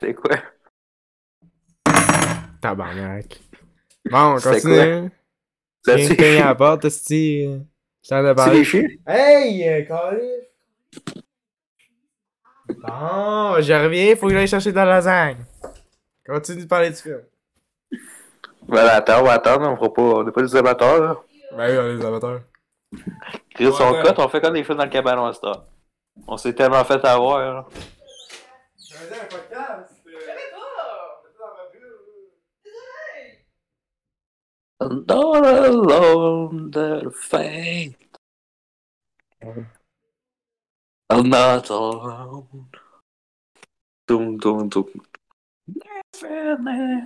Speaker 1: C'est quoi?
Speaker 2: Tabarnak. Bon, on
Speaker 1: C'est
Speaker 2: continue.
Speaker 1: Ça,
Speaker 2: Viens
Speaker 1: C'est
Speaker 2: cogner à la porte, esti. J'en ai
Speaker 1: c'est
Speaker 2: parlé.
Speaker 1: les chiens?
Speaker 2: Hey, euh, Calif! Bon, je reviens, faut que j'aille chercher de la lasagne. Continue de parler du film.
Speaker 1: Ben attends, on va attendre, on fera pas, on n'est pas des amateurs, là.
Speaker 2: Ben oui, on est des amateurs.
Speaker 1: Chris,
Speaker 2: Ouais,
Speaker 1: on
Speaker 2: ouais.
Speaker 1: cote, on fait comme des films dans le cabanon, c'est ça. On s'est tellement fait avoir, là.
Speaker 2: J'avais un podcast! euh, J'avais pas!
Speaker 1: Dans le long de la fin. On attend. Toum, toum, toum.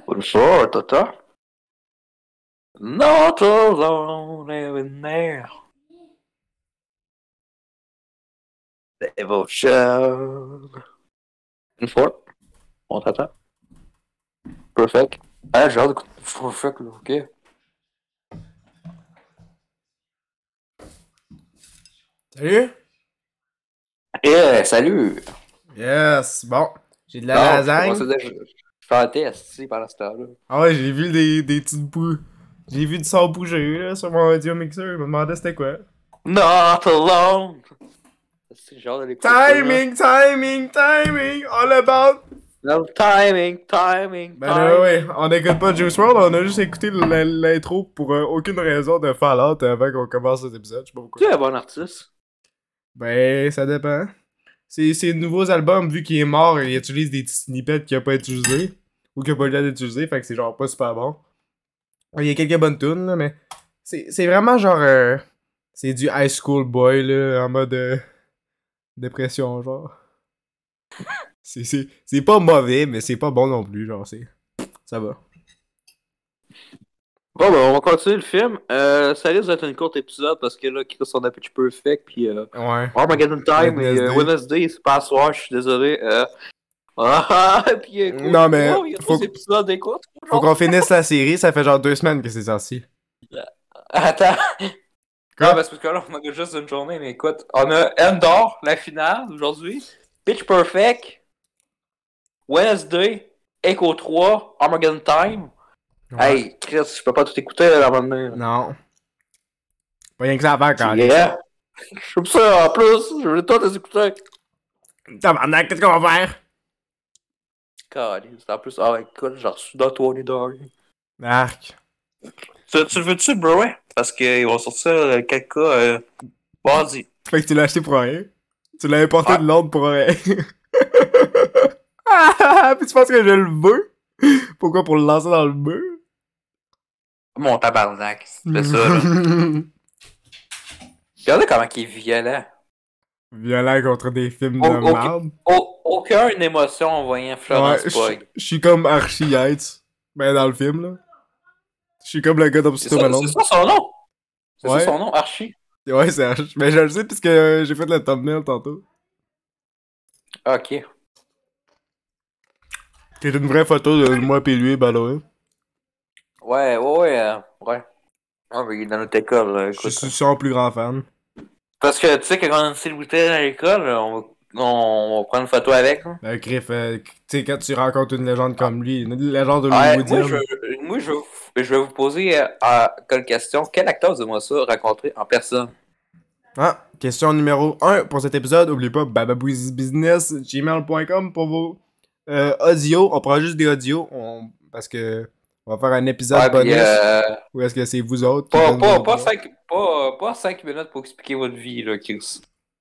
Speaker 1: Bonsoir, Tata. Not alone in there. Devotion. Une fois. On t'attend. Perfect. Ah, j'ai hâte d'écouter Perfect, là, ok.
Speaker 2: Salut!
Speaker 1: Eh, salut!
Speaker 2: Yes! Bon, j'ai de la
Speaker 1: Bon,
Speaker 2: lasagne.
Speaker 1: on se dit, Je je fais un test ici pendant ce temps-là.
Speaker 2: Ah ouais, j'ai vu des, des petites bouts. J'ai vu du sang bouger là, sur mon audio mixer. Je me demandais c'était quoi.
Speaker 1: Not alone! C'est le genre de l'écouter,
Speaker 2: Timing, timing, timing, all about.
Speaker 1: là. Non, timing, timing,
Speaker 2: Ben
Speaker 1: timing.
Speaker 2: là, ouais, on n'écoute pas Juice WRLD, on a juste écouté l'in- l'intro pour euh, aucune raison de Fallout avant qu'on commence cet épisode. Je sais pas
Speaker 1: Tu
Speaker 2: pourquoi.
Speaker 1: es un bon artiste.
Speaker 2: Ben, ça dépend. C'est ses nouveaux albums, vu qu'il est mort, il utilise des petits snippets qu'il a pas utilisés. Ou qu'il a pas eu le temps d'utiliser, fait que c'est genre pas super bon. Il y a quelques bonnes tunes, là, mais c'est c'est vraiment genre. euh, c'est du high school boy, là, en mode. euh, dépression, genre. C'est- C'est c'est pas mauvais, mais c'est pas bon non plus, genre, c'est. Ça va.
Speaker 1: Bon, ben, on va continuer le film. Euh, ça risque d'être un court épisode parce que là, Chris, on a pitch perfect, puis euh,
Speaker 2: Ouais.
Speaker 1: Armageddon Time et euh,
Speaker 2: Wednesday.
Speaker 1: Wednesday, c'est pas à soir, je suis désolé. Euh... Ah, puis écoute,
Speaker 2: Non, mais
Speaker 1: oh, il y a
Speaker 2: faut-
Speaker 1: trois épisodes d'écoute.
Speaker 2: Faut qu'on finisse la série, ça fait genre deux semaines que c'est sorti.
Speaker 1: Attends.
Speaker 2: Quoi?
Speaker 1: Ah, ben, c'est parce que là, on a juste une journée, mais écoute, on a Endor, la finale, aujourd'hui. Pitch Perfect. Wednesday. Echo 3. Armageddon Time.
Speaker 2: Ouais.
Speaker 1: Hey, Chris, je peux pas tout écouter, là, à un moment donné.
Speaker 2: Non. Pas rien que ça à faire, quand
Speaker 1: Yeah. Je trouve ça, en plus, je veux tout les écouter.
Speaker 2: Tabarnak, qu'est-ce qu'on va faire?
Speaker 1: Caliste, en plus, ah, écoute, j'ai reçu dans toi, Dory.
Speaker 2: Arc.
Speaker 1: Tu, tu le veux-tu, bro? ouais? Parce qu'ils vont sortir euh, quelques cas, euh, mardi.
Speaker 2: Fait que tu l'as acheté pour rien. Tu l'as importé
Speaker 1: Ouais.
Speaker 2: de Londres pour rien. ah, puis tu penses que je le veux? Pourquoi pour le lancer dans le mur?
Speaker 1: Mon tabarnak, c'est ça, là. Regardez comment hein. il est violent.
Speaker 2: Violent contre des films de
Speaker 1: Oh, ok.
Speaker 2: merde.
Speaker 1: Au- aucune émotion en voyant Florence
Speaker 2: Ouais,
Speaker 1: Pugh.
Speaker 2: je- je suis comme Archie Yates. Ben, dans le film, là. Je suis comme le gars
Speaker 1: C'est
Speaker 2: d'Obsito
Speaker 1: ça,
Speaker 2: Malone.
Speaker 1: c'est ça son nom. C'est
Speaker 2: Ouais.
Speaker 1: ça son nom, Archie.
Speaker 2: Ben, Ouais, c'est Archie. Mais je le sais, puisque euh, j'ai fait le thumbnail tantôt.
Speaker 1: Ok.
Speaker 2: C'est une vraie photo de moi et lui, by the way.
Speaker 1: Ouais, ouais, ouais. euh, ouais. Ah, mais il est dans notre école, là,
Speaker 2: Je
Speaker 1: écoute.
Speaker 2: suis son plus grand fan.
Speaker 1: Parce que, tu sais, que quand on a une célébrité à l'école, on, va- on va prendre une photo avec. hein. là.
Speaker 2: Le Griff, euh, tu sais, quand tu rencontres une légende comme lui, une légende de
Speaker 1: Ouais,
Speaker 2: l'Hollywoodienne.
Speaker 1: moi, je, veux- moi je, veux- je vais vous poser euh, à- comme question quel acteur de moi ça rencontré en personne
Speaker 2: Ah, question numéro 1 pour cet épisode. N'oubliez pas bababouizbusiness.gmail.com pour vos euh, audios. On prend juste des audios on- parce que on va faire un épisode
Speaker 1: Ouais,
Speaker 2: bonus
Speaker 1: puis, euh,
Speaker 2: ou est-ce que c'est vous autres qui
Speaker 1: pas,
Speaker 2: donnez
Speaker 1: pas,
Speaker 2: vos
Speaker 1: pas,
Speaker 2: voix.
Speaker 1: cinq, pas, pas cinq minutes pour expliquer votre vie, là, Chris.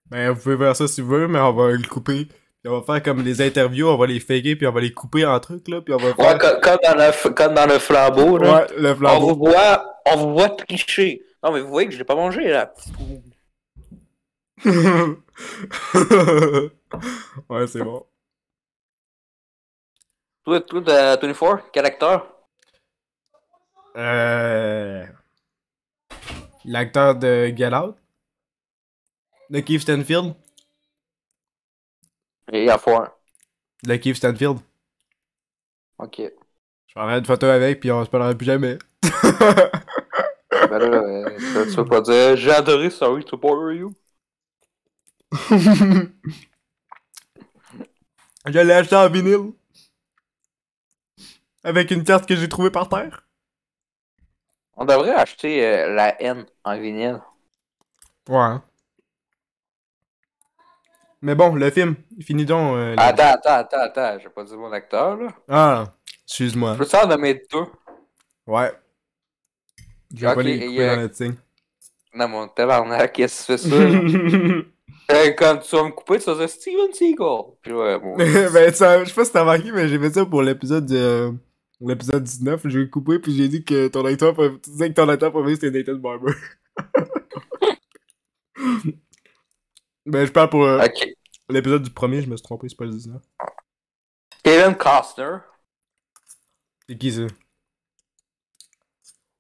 Speaker 2: Ben, vous pouvez faire ça si vous voulez, mais on va le couper. Puis on va faire comme les interviews, on va les faker, puis on va les couper en trucs, là, puis on va faire...
Speaker 1: Ouais, comme, comme dans le, f- comme dans le flambeau, là.
Speaker 2: Ouais, le
Speaker 1: on,
Speaker 2: flambeau.
Speaker 1: vous voit, on vous voit tricher. Non, mais vous voyez que je l'ai pas mangé, là.
Speaker 2: ouais, c'est bon.
Speaker 1: Toi, toi, de 24, quel acteur
Speaker 2: Euh... L'acteur de Get Out? De Keith Stanfield?
Speaker 1: Et à fois
Speaker 2: De Keith Stanfield.
Speaker 1: Ok.
Speaker 2: Je prendrai une photo avec, puis on se parlera plus jamais.
Speaker 1: Ben là, euh, ça, tu peux pas dire. J'ai adoré Sorry to Bother You.
Speaker 2: Je l'ai acheté en vinyle. Avec une carte que j'ai trouvée par terre.
Speaker 1: On devrait acheter euh, la haine en vinyle.
Speaker 2: Ouais. Mais bon, le film. Finis donc. euh, le-
Speaker 1: Attends, attends, attends, attends. J'ai pas dit mon acteur, là.
Speaker 2: Ah, excuse-moi.
Speaker 1: Je peux t'en nommer deux.
Speaker 2: Ouais. Je vais
Speaker 1: Ok,
Speaker 2: pas les
Speaker 1: et
Speaker 2: couper
Speaker 1: il y a-
Speaker 2: dans le thing.
Speaker 1: Non, mon tabarnak, qu'est-ce que tu fais ça? Euh, Quand tu vas me couper, tu vas dire Steven Seagal. Puis ouais, bon.
Speaker 2: ben, ça, je sais pas si t'as remarqué, mais j'ai fait ça pour l'épisode euh, l'épisode 19. J'ai coupé, puis j'ai dit que ton acteur préféré, tu disais que ton acteur préféré, c'était Nathan Barber. ben, je parle pour euh,
Speaker 1: ok.
Speaker 2: l'épisode du premier, je me suis trompé, c'est pas le 19.
Speaker 1: Kevin Costner.
Speaker 2: C'est qui ça?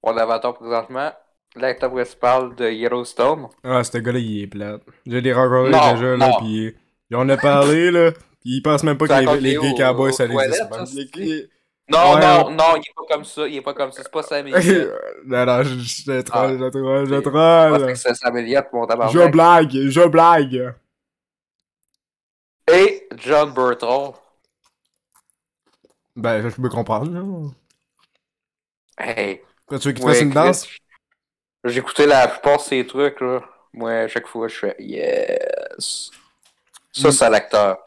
Speaker 1: On l'avatar présentement. L'acteur principal de Yellowstone.
Speaker 2: Ah, ce gars-là, il est plate. Je l'ai rencontré
Speaker 1: Non,
Speaker 2: déjà, là,
Speaker 1: non.
Speaker 2: pis et on a parlé, là, pis il pense même pas
Speaker 1: Ça
Speaker 2: que
Speaker 1: raconte
Speaker 2: les, les
Speaker 1: aux-
Speaker 2: gays cowboys, ça
Speaker 1: aux toilettes,
Speaker 2: existe. pas.
Speaker 1: ça,
Speaker 2: Les
Speaker 1: c'est-
Speaker 2: gays-
Speaker 1: Non,
Speaker 2: Ouais,
Speaker 1: non,
Speaker 2: ouais.
Speaker 1: non, il est pas comme ça. Il est pas comme ça. C'est pas Sam Elliott.
Speaker 2: non, non, je je te troll, je te troll, je
Speaker 1: c'est- Je
Speaker 2: te
Speaker 1: pense
Speaker 2: troll.
Speaker 1: que Ah, c'est Sam Elliott, mon
Speaker 2: Je
Speaker 1: tabarnak.
Speaker 2: blague, je blague.
Speaker 1: Et John Burton.
Speaker 2: Ben, je peux comprendre, là.
Speaker 1: Hey.
Speaker 2: Quand tu veux qu'il te
Speaker 1: Ouais,
Speaker 2: fasse une
Speaker 1: Chris,
Speaker 2: danse?
Speaker 1: J'écoutais la plupart de ces trucs, là. Moi, à chaque fois, je fais yes. Ça,
Speaker 2: Mm.
Speaker 1: c'est à l'acteur.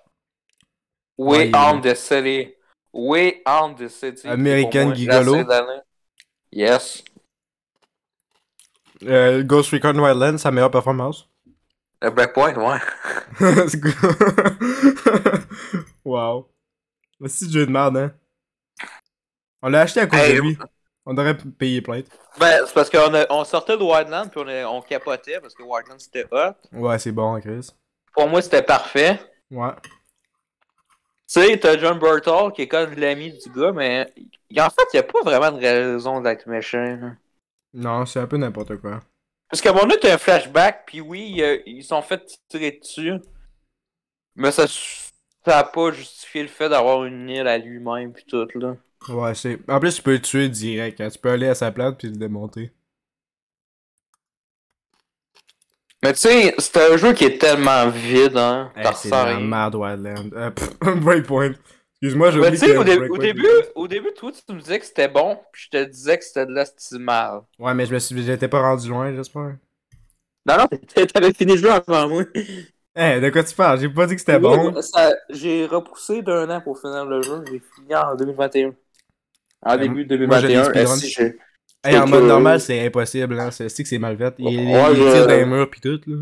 Speaker 2: Ouais,
Speaker 1: Way
Speaker 2: il-
Speaker 1: on the city. Way on the city.
Speaker 2: American
Speaker 1: Pour moi, j'ai assez
Speaker 2: Gigolo.
Speaker 1: d'années. Yes.
Speaker 2: Euh, Ghost Recon Wildlands, sa meilleure performance.
Speaker 1: Le Breakpoint, Euh, ben, ouais.
Speaker 2: C'est quoi? wow. Mais c'est du jeu de merde, hein? On l'a acheté à cause
Speaker 1: Hey,
Speaker 2: de lui. On aurait payé plainte.
Speaker 1: Ben, c'est parce qu'on a- on sortait de Wildland puis on, a- on capotait parce que Wildland c'était hot.
Speaker 2: Ouais, c'est bon, hein, Chris.
Speaker 1: Pour moi, c'était parfait.
Speaker 2: Ouais.
Speaker 1: Tu sais, t'as John Burtall qui est comme l'ami du gars, mais il- en fait, il a pas vraiment de raison d'être méchant. hein.
Speaker 2: Non, c'est un peu n'importe quoi.
Speaker 1: Parce qu'à un moment donné, t'as un flashback, puis oui, euh, ils sont fait tirer dessus. Mais ça ça a pas justifié le fait d'avoir une île à lui-même, puis tout, là.
Speaker 2: Ouais, c'est. En plus, tu peux le tuer direct. hein. Tu peux aller à sa plate puis le démonter.
Speaker 1: Mais tu sais, c'est un jeu qui est tellement vide, hein.
Speaker 2: Hey,
Speaker 1: T'en
Speaker 2: Eh, c'est de
Speaker 1: ressens
Speaker 2: la
Speaker 1: rien.
Speaker 2: merde, Wildland. Euh, pff, Breakpoint. Excuse-moi, j'ai
Speaker 1: Mais
Speaker 2: oublié
Speaker 1: tu sais,
Speaker 2: que
Speaker 1: au, dé- au
Speaker 2: Breakpoint
Speaker 1: début,
Speaker 2: était-
Speaker 1: au début, toi, tu me disais que c'était bon, puis je te disais que c'était de l'estimal.
Speaker 2: Ouais, mais je me suis. J'étais pas rendu loin, j'espère.
Speaker 1: Non, non, t'étais- t'avais fini le jeu avant moi.
Speaker 2: Eh, de quoi tu parles? J'ai pas dit que c'était bon.
Speaker 1: Ça- J'ai repoussé d'un an pour finir le jeu, j'ai fini en 2021. En
Speaker 2: Ben,
Speaker 1: début
Speaker 2: moi, j'ai des
Speaker 1: 2021,
Speaker 2: speedruns.
Speaker 1: est-ce que j'ai-
Speaker 2: Hey, Eh, en
Speaker 1: que-
Speaker 2: mode normal, c'est impossible, hein. C'est c'est que c'est mal fait. Il, il-
Speaker 1: Ouais,
Speaker 2: il tire
Speaker 1: je-
Speaker 2: dans les murs pis tout, là.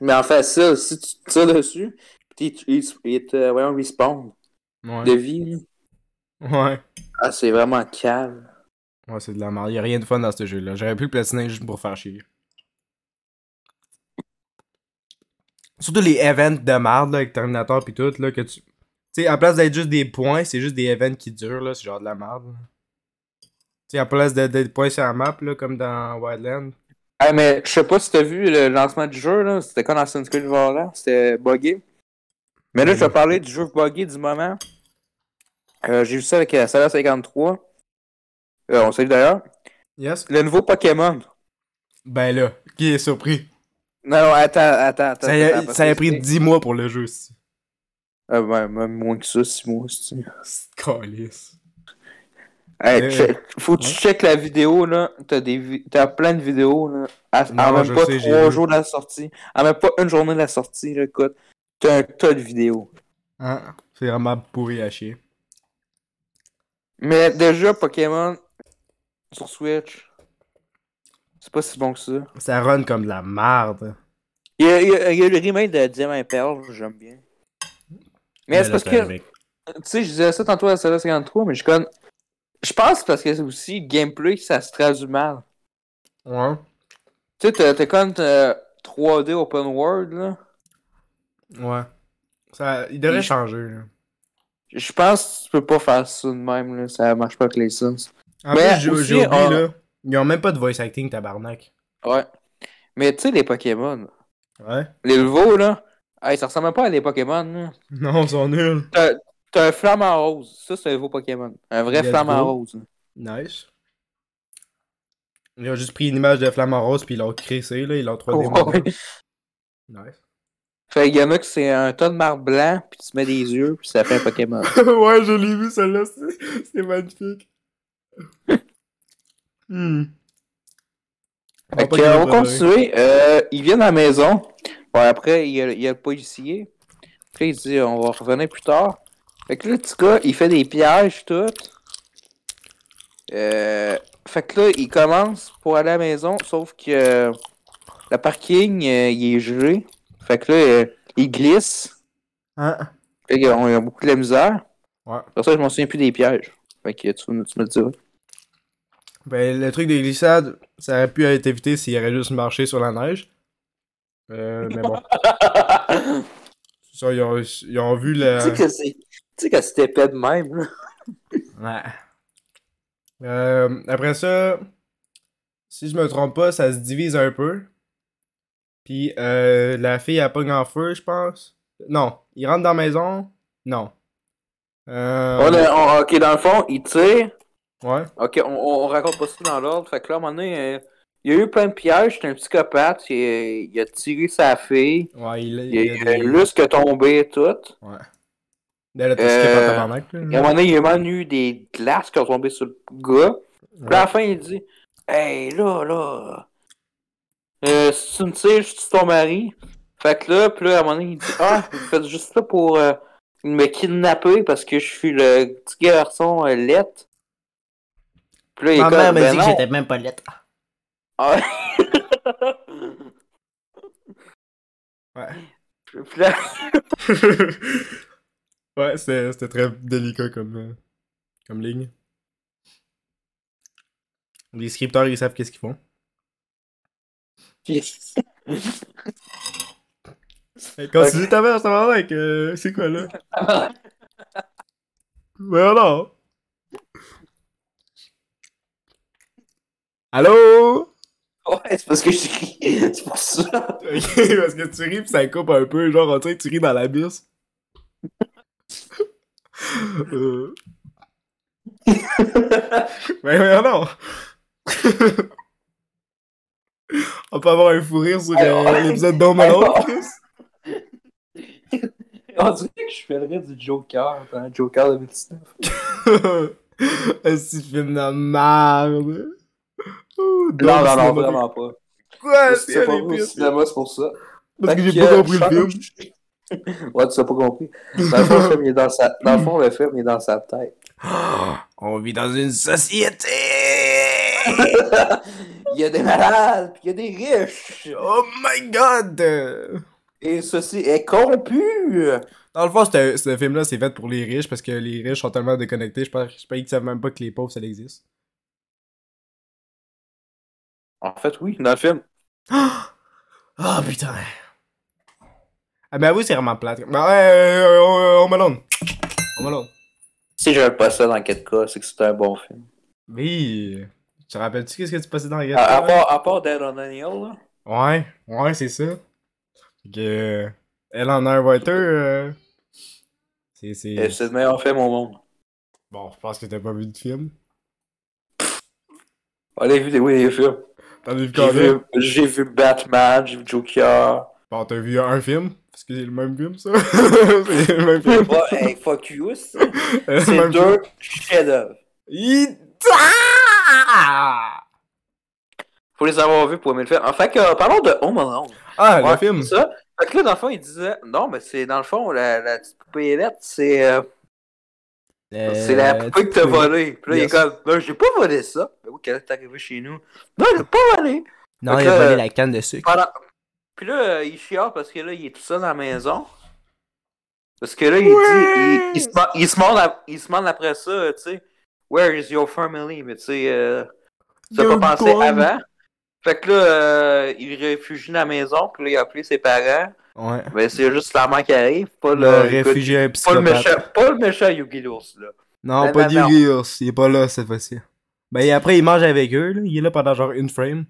Speaker 1: Mais en fait, ça, si tu te tires dessus, pis tu- il te- il te voyons, respawn de
Speaker 2: Ouais.
Speaker 1: vie. là.
Speaker 2: Ouais.
Speaker 1: Ah, c'est vraiment calme.
Speaker 2: Ouais, c'est de la merde. Y'a rien de fun dans ce jeu-là. J'aurais pu le platiner juste pour faire chier. Surtout les events de merde, là, avec Terminator pis tout, là, que tu. Tu sais, à place d'être juste des points, c'est juste des events qui durent, là. C'est genre de la merde, là. Tu sais, à place d'être des points sur la map, là, comme dans Wildland.
Speaker 1: Ah, mais je sais pas si t'as vu le lancement du jeu, là. C'était quand dans Assassin's Creed Valhalla, c'était buggé. Mais là, je vais parler du jeu buggy du moment. Euh, J'ai vu ça avec la Salah 53. Euh, on sait d'ailleurs.
Speaker 2: Yes.
Speaker 1: Le nouveau Pokémon.
Speaker 2: Ben là, qui est surpris?
Speaker 1: Non, non, attends, attends, attends.
Speaker 2: Ça y a,
Speaker 1: attends,
Speaker 2: ça y a
Speaker 1: parce que
Speaker 2: pris
Speaker 1: c'est-
Speaker 2: 10 mois pour le jeu, c'est
Speaker 1: Ah, ben, même moins que ça, 6 mois, c'est.
Speaker 2: c'est calice.
Speaker 1: Hey,
Speaker 2: Euh,
Speaker 1: check- faut que tu
Speaker 2: ouais.
Speaker 1: checkes la vidéo, là. T'as des vi- t'as plein de vidéos, là. À-
Speaker 2: Non,
Speaker 1: en
Speaker 2: je
Speaker 1: même pas
Speaker 2: sais, j'ai
Speaker 1: trois
Speaker 2: vu.
Speaker 1: jours de la sortie. En même pas une journée de la sortie, là, écoute. T'as un tas de vidéos.
Speaker 2: Hein? C'est vraiment pourri à chier.
Speaker 1: Mais déjà, Pokémon sur Switch, c'est pas si bon que ça.
Speaker 2: Ça run comme de la merde.
Speaker 1: Il y a, il y a- il y a le remake de Diamant et Pearl, j'aime bien. Mais c'est parce que, tu sais, je disais ça tantôt à Zelda 53, mais je connais. Je pense parce que c'est aussi le gameplay que ça se traduit mal.
Speaker 2: Ouais.
Speaker 1: Tu sais, t'as- t'as comme euh, 3D open world, là.
Speaker 2: Ouais. Ça, il devrait
Speaker 1: Il-
Speaker 2: changer, là.
Speaker 1: Je pense que tu peux pas faire ça de même, là. Ça marche pas avec les Sims.
Speaker 2: En
Speaker 1: Mais
Speaker 2: plus, j'ai
Speaker 1: aussi,
Speaker 2: j'ai oublié,
Speaker 1: on-
Speaker 2: là. Ils ont même pas de voice acting, tabarnak.
Speaker 1: Ouais. Mais tu sais, les Pokémon,
Speaker 2: Ouais.
Speaker 1: les nouveaux, là, hey, ça ressemble même pas à des Pokémon, là.
Speaker 2: Non, ils sont nuls.
Speaker 1: T'as t'as un flamant rose. Ça, c'est un nouveau Pokémon. Un vrai
Speaker 2: Let's
Speaker 1: flamant
Speaker 2: go.
Speaker 1: rose.
Speaker 2: Nice. Ils ont juste pris une image de Flamant Rose puis ils l'ont crissé, là. Ils l'ont 3D
Speaker 1: Ouais.
Speaker 2: model. Nice.
Speaker 1: Fait qu'il y en a que c'est un tas de marbre blanc, puis tu mets des yeux, puis ça fait un Pokémon.
Speaker 2: ouais, je l'ai vu, celle-là. c'est- C'est magnifique. hmm.
Speaker 1: Fait que, euh, on va continuer. Euh, il vient à la maison. Bon, après, il y a, il y a le policier. Après, il dit on va revenir plus tard. Fait que là, le petit gars, il fait des pièges, tout. Euh, fait que là, il commence pour aller à la maison, sauf que euh, le parking, euh, il est gelé. Fait que là, euh, il glisse.
Speaker 2: Hein?
Speaker 1: Fait qu'ils ont, ils ont beaucoup de la misère.
Speaker 2: Ouais.
Speaker 1: Pour ça, je m'en souviens plus des pièges. Fait que tu, tu me diras.
Speaker 2: Ben, le truc des glissades, ça aurait pu être évité s'il aurait juste marché sur la neige. Euh, mais bon. C'est ça, ils ont, ils ont vu le.
Speaker 1: Tu sais que c'est. Tu sais que c'était épais de même, là.
Speaker 2: Ouais. Euh, après ça, si je me trompe pas, ça se divise un peu. Puis euh, la fille, elle pogne en feu, je pense. Non, il rentre dans la maison. Non. Euh,
Speaker 1: On est- on- ok, dans le fond, il tire.
Speaker 2: Ouais.
Speaker 1: Ok, on, on, on raconte pas ça dans l'ordre. Fait que là, à un moment donné, euh, il y a eu plein de pièges. C'était un psychopathe. Il, il a tiré sa fille.
Speaker 2: Ouais, il, il
Speaker 1: Il,
Speaker 2: a
Speaker 1: il a
Speaker 2: des-
Speaker 1: juste que tombé et tout.
Speaker 2: Ben là, t'as skippé en
Speaker 1: Euh,
Speaker 2: tabarnak, là.
Speaker 1: Et à un moment donné, il y a même eu des glaces qui ont tombé sur le gars. Puis à la fin, il dit Hey, là, là. Euh, si tu me tires, je tue ton mari. Fait que là, puis là, à un moment donné, il dit Ah, vous faites juste ça pour euh, me kidnapper parce que je suis le petit garçon euh, lettre. Puis là, il est
Speaker 3: Ma
Speaker 1: comme,
Speaker 3: mère m'a
Speaker 1: Ben
Speaker 3: dit que
Speaker 1: non.
Speaker 3: j'étais même pas lettre.
Speaker 1: Ah.
Speaker 2: Ouais.
Speaker 1: Puis là,
Speaker 2: ouais, c'était c'était très délicat comme, euh, comme ligne. Les scripteurs, ils savent qu'est-ce qu'ils font. Hey, Continue ta mère, tabarnak, euh, c'est quoi là? Mais non! Allô?
Speaker 1: ouais, c'est parce que je crie. C'est pour ça.
Speaker 2: Ok, parce que tu ris pis ça coupe un peu, genre on dirait que tu ris dans l'abysse. euh... Mais mais non! on peut avoir un fou rire sur euh, l'épisode d'Home Alone, Chris?
Speaker 1: On dirait que je fais le rire du Joker, hein, Joker 2019.
Speaker 2: Un petit film de merde! Oh,
Speaker 1: Non, non, non,
Speaker 2: cinéma-
Speaker 1: vraiment pas.
Speaker 2: Quoi,
Speaker 1: Ah, C'est
Speaker 2: c'est
Speaker 1: pas
Speaker 2: les
Speaker 1: au
Speaker 2: pires.
Speaker 1: cinéma, c'est pour ça.
Speaker 2: Parce que
Speaker 1: Fait
Speaker 2: j'ai pas
Speaker 1: euh,
Speaker 2: compris le film.
Speaker 1: Charles- ouais, tu as pas compris. Dans le fond, le film, il est dans sa... dans le fond, le film, il est dans sa tête.
Speaker 2: On vit dans une société!
Speaker 1: Il y a des malades, puis il y a des riches.
Speaker 2: Oh my god!
Speaker 1: Et ceci est corrompu.
Speaker 2: Dans le fond, ce, ce film-là, c'est fait pour les riches parce que les riches sont tellement déconnectés, je pense, je pense qu'ils savent même pas que les pauvres, ça existe.
Speaker 1: En fait, oui, dans le film.
Speaker 2: Oh putain! Ah, mais avoue, c'est vraiment plate. Mais ouais, euh, euh, on malone! On malone!
Speaker 1: Si je pas ça dans 4K, c'est que c'était un bon film.
Speaker 2: Oui! Tu te rappelles-tu qu'est-ce que tu passais dans la gueule?
Speaker 1: À, à part, à part Dead on Daniel, là.
Speaker 2: euh, Ouais, ouais, c'est ça. Fait que. Elle en a un water. euh. C'est, c'est...
Speaker 1: Et euh, C'est le meilleur film au monde.
Speaker 2: Bon, je pense que t'as pas vu de film.
Speaker 1: Allez, vu des, oui, des films.
Speaker 2: T'en as vu
Speaker 1: J'ai
Speaker 2: combien?
Speaker 1: vu, j'ai vu Batman, j'ai vu Joker.
Speaker 2: Bon, t'as vu un film? Parce que c'est le même film, ça? c'est le même
Speaker 1: Je sais
Speaker 2: film.
Speaker 1: pas, oh, hey, fuck you, c'est
Speaker 2: Le
Speaker 1: c'est
Speaker 2: même
Speaker 1: deux chefs-d'œuvre.
Speaker 2: film. Ah,
Speaker 1: Faut les avoir vus pour aimer le film. En fait, que, euh, parlons de Home Alone.
Speaker 2: ah
Speaker 1: Ouais,
Speaker 2: le film!
Speaker 1: Ça. Fait que là, dans le fond, il disait, non, mais c'est dans le fond, la, la petite poupée ailette, c'est euh,
Speaker 2: Euh,
Speaker 1: c'est la poupée que t'as volée. Puis là,
Speaker 3: yes.
Speaker 1: il est comme, ben, j'ai pas volé ça. Ben oui, quand est arrivé chez nous. Non, il a pas volé.
Speaker 3: Non,
Speaker 1: Fait
Speaker 3: il a
Speaker 1: que,
Speaker 3: volé
Speaker 1: euh,
Speaker 3: la canne de sucre.
Speaker 1: Pendant- Puis là, euh, il chiale parce que là, il est tout seul dans la maison. Parce que là, il dit, il, il se demande- il se demande ap- il se demande après ça, euh, tu sais, Where is your family? Mais tu sais, euh, tu as
Speaker 2: You're
Speaker 1: pas pensé
Speaker 2: gone.
Speaker 1: avant. Fait que là, euh, il réfugie dans la maison, puis là, il a appelé ses parents.
Speaker 3: Ouais.
Speaker 1: Mais c'est juste la mère qui arrive, pas
Speaker 3: Le
Speaker 1: le, écoute,
Speaker 3: réfugié un
Speaker 1: pas le méchant,
Speaker 3: psychopathe.
Speaker 1: pas le méchant Yugi l'ours, là.
Speaker 3: Non,
Speaker 1: Ben,
Speaker 3: pas
Speaker 1: ben, ben,
Speaker 3: d'Iris.
Speaker 2: Il est pas là cette fois-ci.
Speaker 3: Ben, et après, il mange avec eux, là.
Speaker 2: Il est là pendant genre une frame.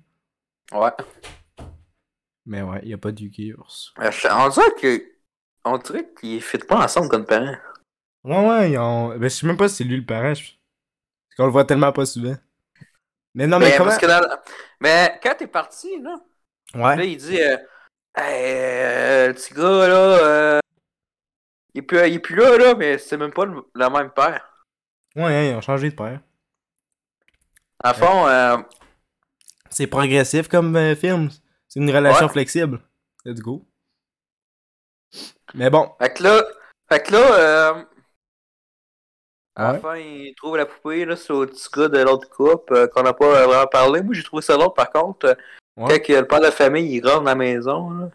Speaker 1: Ouais.
Speaker 3: Mais ouais, il y a pas d'Iris.
Speaker 1: Euh, je- On dirait que, on dirait qu'ils fitent pas ensemble comme parents.
Speaker 2: Ouais, ouais, ils ont. Ben, je sais même pas si c'est lui le parent. je- Parce qu'on le voit tellement pas souvent. Mais non, mais,
Speaker 1: mais,
Speaker 2: comment.
Speaker 1: Ben, parce que dans- mais quand t'es parti, là, Là,
Speaker 3: Hein?
Speaker 2: Ouais.
Speaker 1: il dit euh, Hey, euh, le petit gars, là, euh, il, est plus, il est plus là, là, mais c'est même pas le, la même paire.
Speaker 2: Ouais, ouais, ils ont changé de père.
Speaker 1: En fond, euh,
Speaker 3: C'est progressif comme euh, film. C'est une relation
Speaker 1: Ouais.
Speaker 3: flexible. Let's go. Mais bon.
Speaker 1: fait que là, fait que là euh, à
Speaker 3: Ah
Speaker 1: la fin, il trouve la poupée là, sur le petit gars de l'autre couple euh, qu'on n'a pas euh, vraiment parlé. Moi, j'ai trouvé ça l'autre, par contre. euh,
Speaker 3: Ouais.
Speaker 1: Quand euh, le père de famille, il rentre dans la maison, là,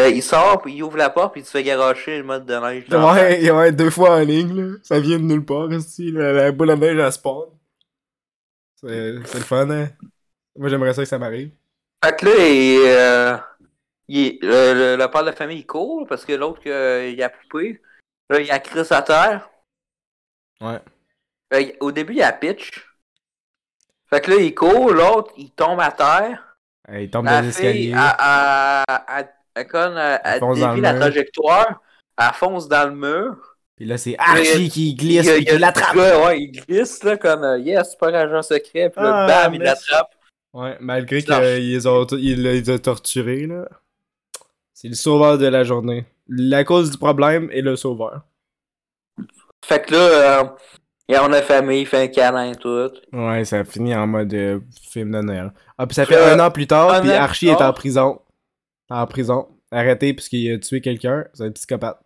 Speaker 1: euh, il sort, puis il ouvre la porte, puis il se fait garocher le mode de neige. dans la
Speaker 2: Ouais, ouais, deux fois en ligne, là. Ça vient de nulle part, aussi. La, la boule à neige, elle spawn. C'est c'est le fun, hein. Moi, j'aimerais ça que ça m'arrive.
Speaker 1: Fait que là, il, euh, il- le, le- le père de la famille il court parce que l'autre, euh, il a poupé. Là, il a crissé à terre.
Speaker 3: Ouais.
Speaker 1: Fait qu'il- au début, il a pitch. Fait que là, il court, l'autre, il tombe à terre.
Speaker 3: ouais. Il tombe dans
Speaker 1: La fille, ah.
Speaker 3: l'escalier.
Speaker 1: elle, elle, elle, elle conne, elle-
Speaker 2: Elle
Speaker 1: elle
Speaker 2: fonce dans
Speaker 1: dévie
Speaker 2: le
Speaker 1: la
Speaker 2: mur.
Speaker 1: trajectoire. Elle fonce dans le mur.
Speaker 3: Puis là, c'est Archie qui glisse
Speaker 1: Il y a-
Speaker 3: et
Speaker 1: il y a
Speaker 3: qui
Speaker 1: le
Speaker 3: l'attrape.
Speaker 1: gars, ouais, il glisse, là, comme, euh, yes, super agent secret. Puis là,
Speaker 2: Ah,
Speaker 1: bam, il
Speaker 2: mais-
Speaker 1: l'attrape.
Speaker 2: Ouais, malgré
Speaker 1: Slash.
Speaker 2: qu'ils les ont, il les a torturés, là. C'est le sauveur de la journée. La cause du problème est le sauveur.
Speaker 1: Fait que là, euh, il en a famille, il fait un câlin et tout.
Speaker 2: Ouais, ça finit en mode euh, film de Noël. Ah, puis ça fait
Speaker 1: Puis, euh,
Speaker 2: un an plus tard,
Speaker 1: un
Speaker 2: puis
Speaker 1: an plus
Speaker 2: Archie est en
Speaker 1: tard.
Speaker 2: prison. En prison. Arrêté puisqu'il a tué quelqu'un. C'est un psychopathe.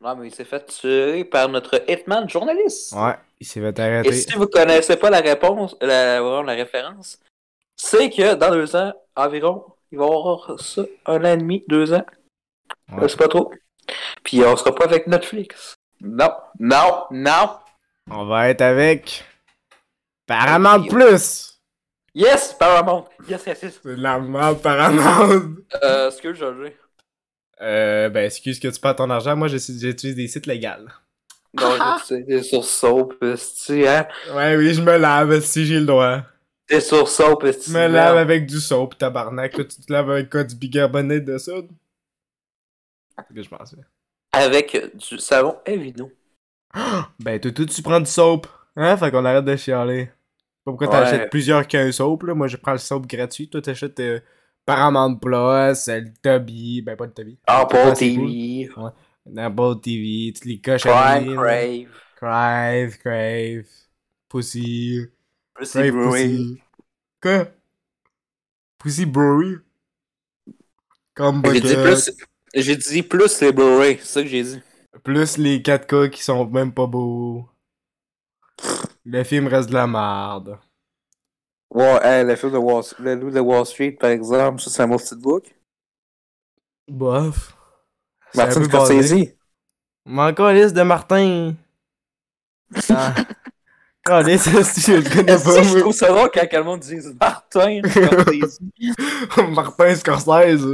Speaker 1: Non, Ah, mais il s'est fait tuer par notre Hitman journaliste.
Speaker 2: Ouais, il s'est fait
Speaker 1: Et
Speaker 2: arrêter.
Speaker 1: si vous connaissez pas la réponse, la, vraiment la référence, c'est que dans deux ans environ, il va y avoir ça, un an et demi, deux ans.
Speaker 2: Ouais.
Speaker 1: Je sais pas trop. Puis on sera pas avec Netflix. Non, non, non.
Speaker 2: On va être avec. Paramount Plus!
Speaker 1: Yes, Paramount. Yes, yes, yes.
Speaker 2: C'est de la merde, Paramount!
Speaker 1: Euh, ce que je l'ai.
Speaker 2: Euh, ben, excuse que tu perds ton argent. Moi, je suis- j'utilise des sites légaux.
Speaker 1: Non, j'ai- t'es sur Soap, esti, hein.
Speaker 2: Ouais, oui, je me lave si j'ai le droit.
Speaker 1: T'es sur Soap, esti.
Speaker 2: Tu me laves
Speaker 1: merde.
Speaker 2: avec du soap, tabarnak. Toi, tu te laves avec quoi, du bicarbonate de soude? C'est ce que je pensais.
Speaker 1: Avec du savon Evino.
Speaker 2: Ben, tout tu prends du soap. Hein? Fait qu'on arrête de chialer. Pas pourquoi
Speaker 1: Ouais.
Speaker 2: t'achètes plusieurs qu'un soap, là. Moi, je prends le soap gratuit. Toi, t'achètes euh, Paramount Plus, euh, le Toby. Ben, pas le Toby.
Speaker 1: Ah,
Speaker 2: Pas
Speaker 1: pour
Speaker 2: si
Speaker 1: TV.
Speaker 2: Apple TV, toutes les cochonneries.
Speaker 1: Prime
Speaker 2: là.
Speaker 1: Crave.
Speaker 2: Crave, Crave. Pussy.
Speaker 1: Pussy
Speaker 2: Crave,
Speaker 1: Brewing.
Speaker 2: Pussy. Quoi? Pussy Brewery? Comme
Speaker 1: J'ai dit
Speaker 2: Bucket.
Speaker 1: plus. J'ai dit plus les Blu-ray, c'est ça que j'ai dit.
Speaker 2: Plus les 4K qui sont même pas beaux. Le film reste de la merde.
Speaker 1: Ouais, hey, le film de Wall, le loup de Wall Street, par exemple, ça c'est un petit book.
Speaker 3: Bof. C'est un
Speaker 1: Martin
Speaker 3: peu basé.
Speaker 1: Scorsese.
Speaker 3: Mais encore liste de Martin. Ah. Calisse,
Speaker 2: Je le connais
Speaker 1: Est-ce que je
Speaker 2: pas,
Speaker 1: trouve ça drôle quand quelqu'un dit Martin Scorsese?
Speaker 2: moi. Martin Scorsese.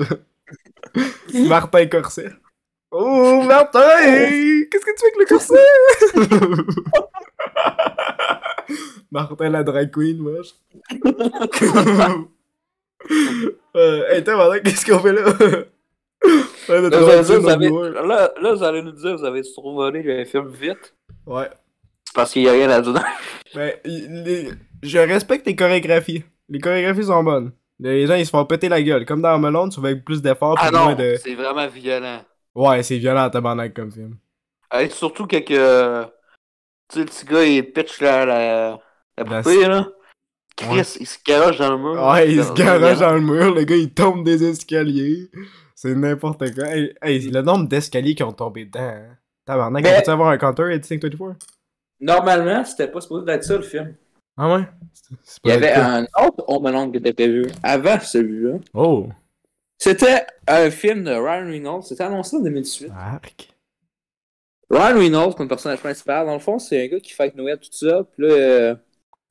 Speaker 2: Martin Corset. Oh, Martin! Qu'est-ce que tu fais avec le corset? Martin la drag queen, wesh. euh, hey, t'as, Martin, qu'est-ce qu'on fait là? Ouais,
Speaker 1: Là vous, allez dire,
Speaker 2: notre
Speaker 1: vous avez-
Speaker 2: joueur.
Speaker 1: là- là, vous allez nous dire, vous avez survolé le film vite.
Speaker 2: Ouais.
Speaker 1: C'est parce qu'il n'y a rien à dire.
Speaker 2: Ben, il- les- je respecte les chorégraphies. Les chorégraphies sont bonnes. Les gens, ils se font péter la gueule. Comme dans Melon, tu vas avec plus d'efforts.
Speaker 1: Ah
Speaker 2: puis
Speaker 1: non,
Speaker 2: moins de...
Speaker 1: c'est vraiment violent.
Speaker 2: Ouais, c'est violent, tabarnak, comme film.
Speaker 1: Hey, surtout que, que tu sais, le petit gars, il pitch la, la, la
Speaker 2: La-
Speaker 1: poupée, là. Chris,
Speaker 2: Ouais.
Speaker 1: il se garoche dans le mur.
Speaker 2: Ouais, il se
Speaker 1: Dans-
Speaker 2: garage dans le mur, le gars il tombe des escaliers. C'est n'importe quoi. Hey, hey, le nombre d'escaliers qui ont tombé dedans. Hein. Tabarnak,
Speaker 1: Mais-
Speaker 2: on peut-tu avoir un counter at 524?
Speaker 1: Normalement, c'était pas supposé d'être ça, le film.
Speaker 2: Ah ouais? C'est- c'est
Speaker 1: Il y
Speaker 2: pas le
Speaker 1: avait
Speaker 2: cas.
Speaker 1: un autre Home Alone qui était prévu avant celui-là.
Speaker 2: Oh!
Speaker 1: C'était un film de Ryan Reynolds. C'était annoncé en 2018.
Speaker 2: Arc.
Speaker 1: Ryan Reynolds, comme personnage principal, dans le fond, c'est un gars qui fait Noël, tout ça. Puis là, euh,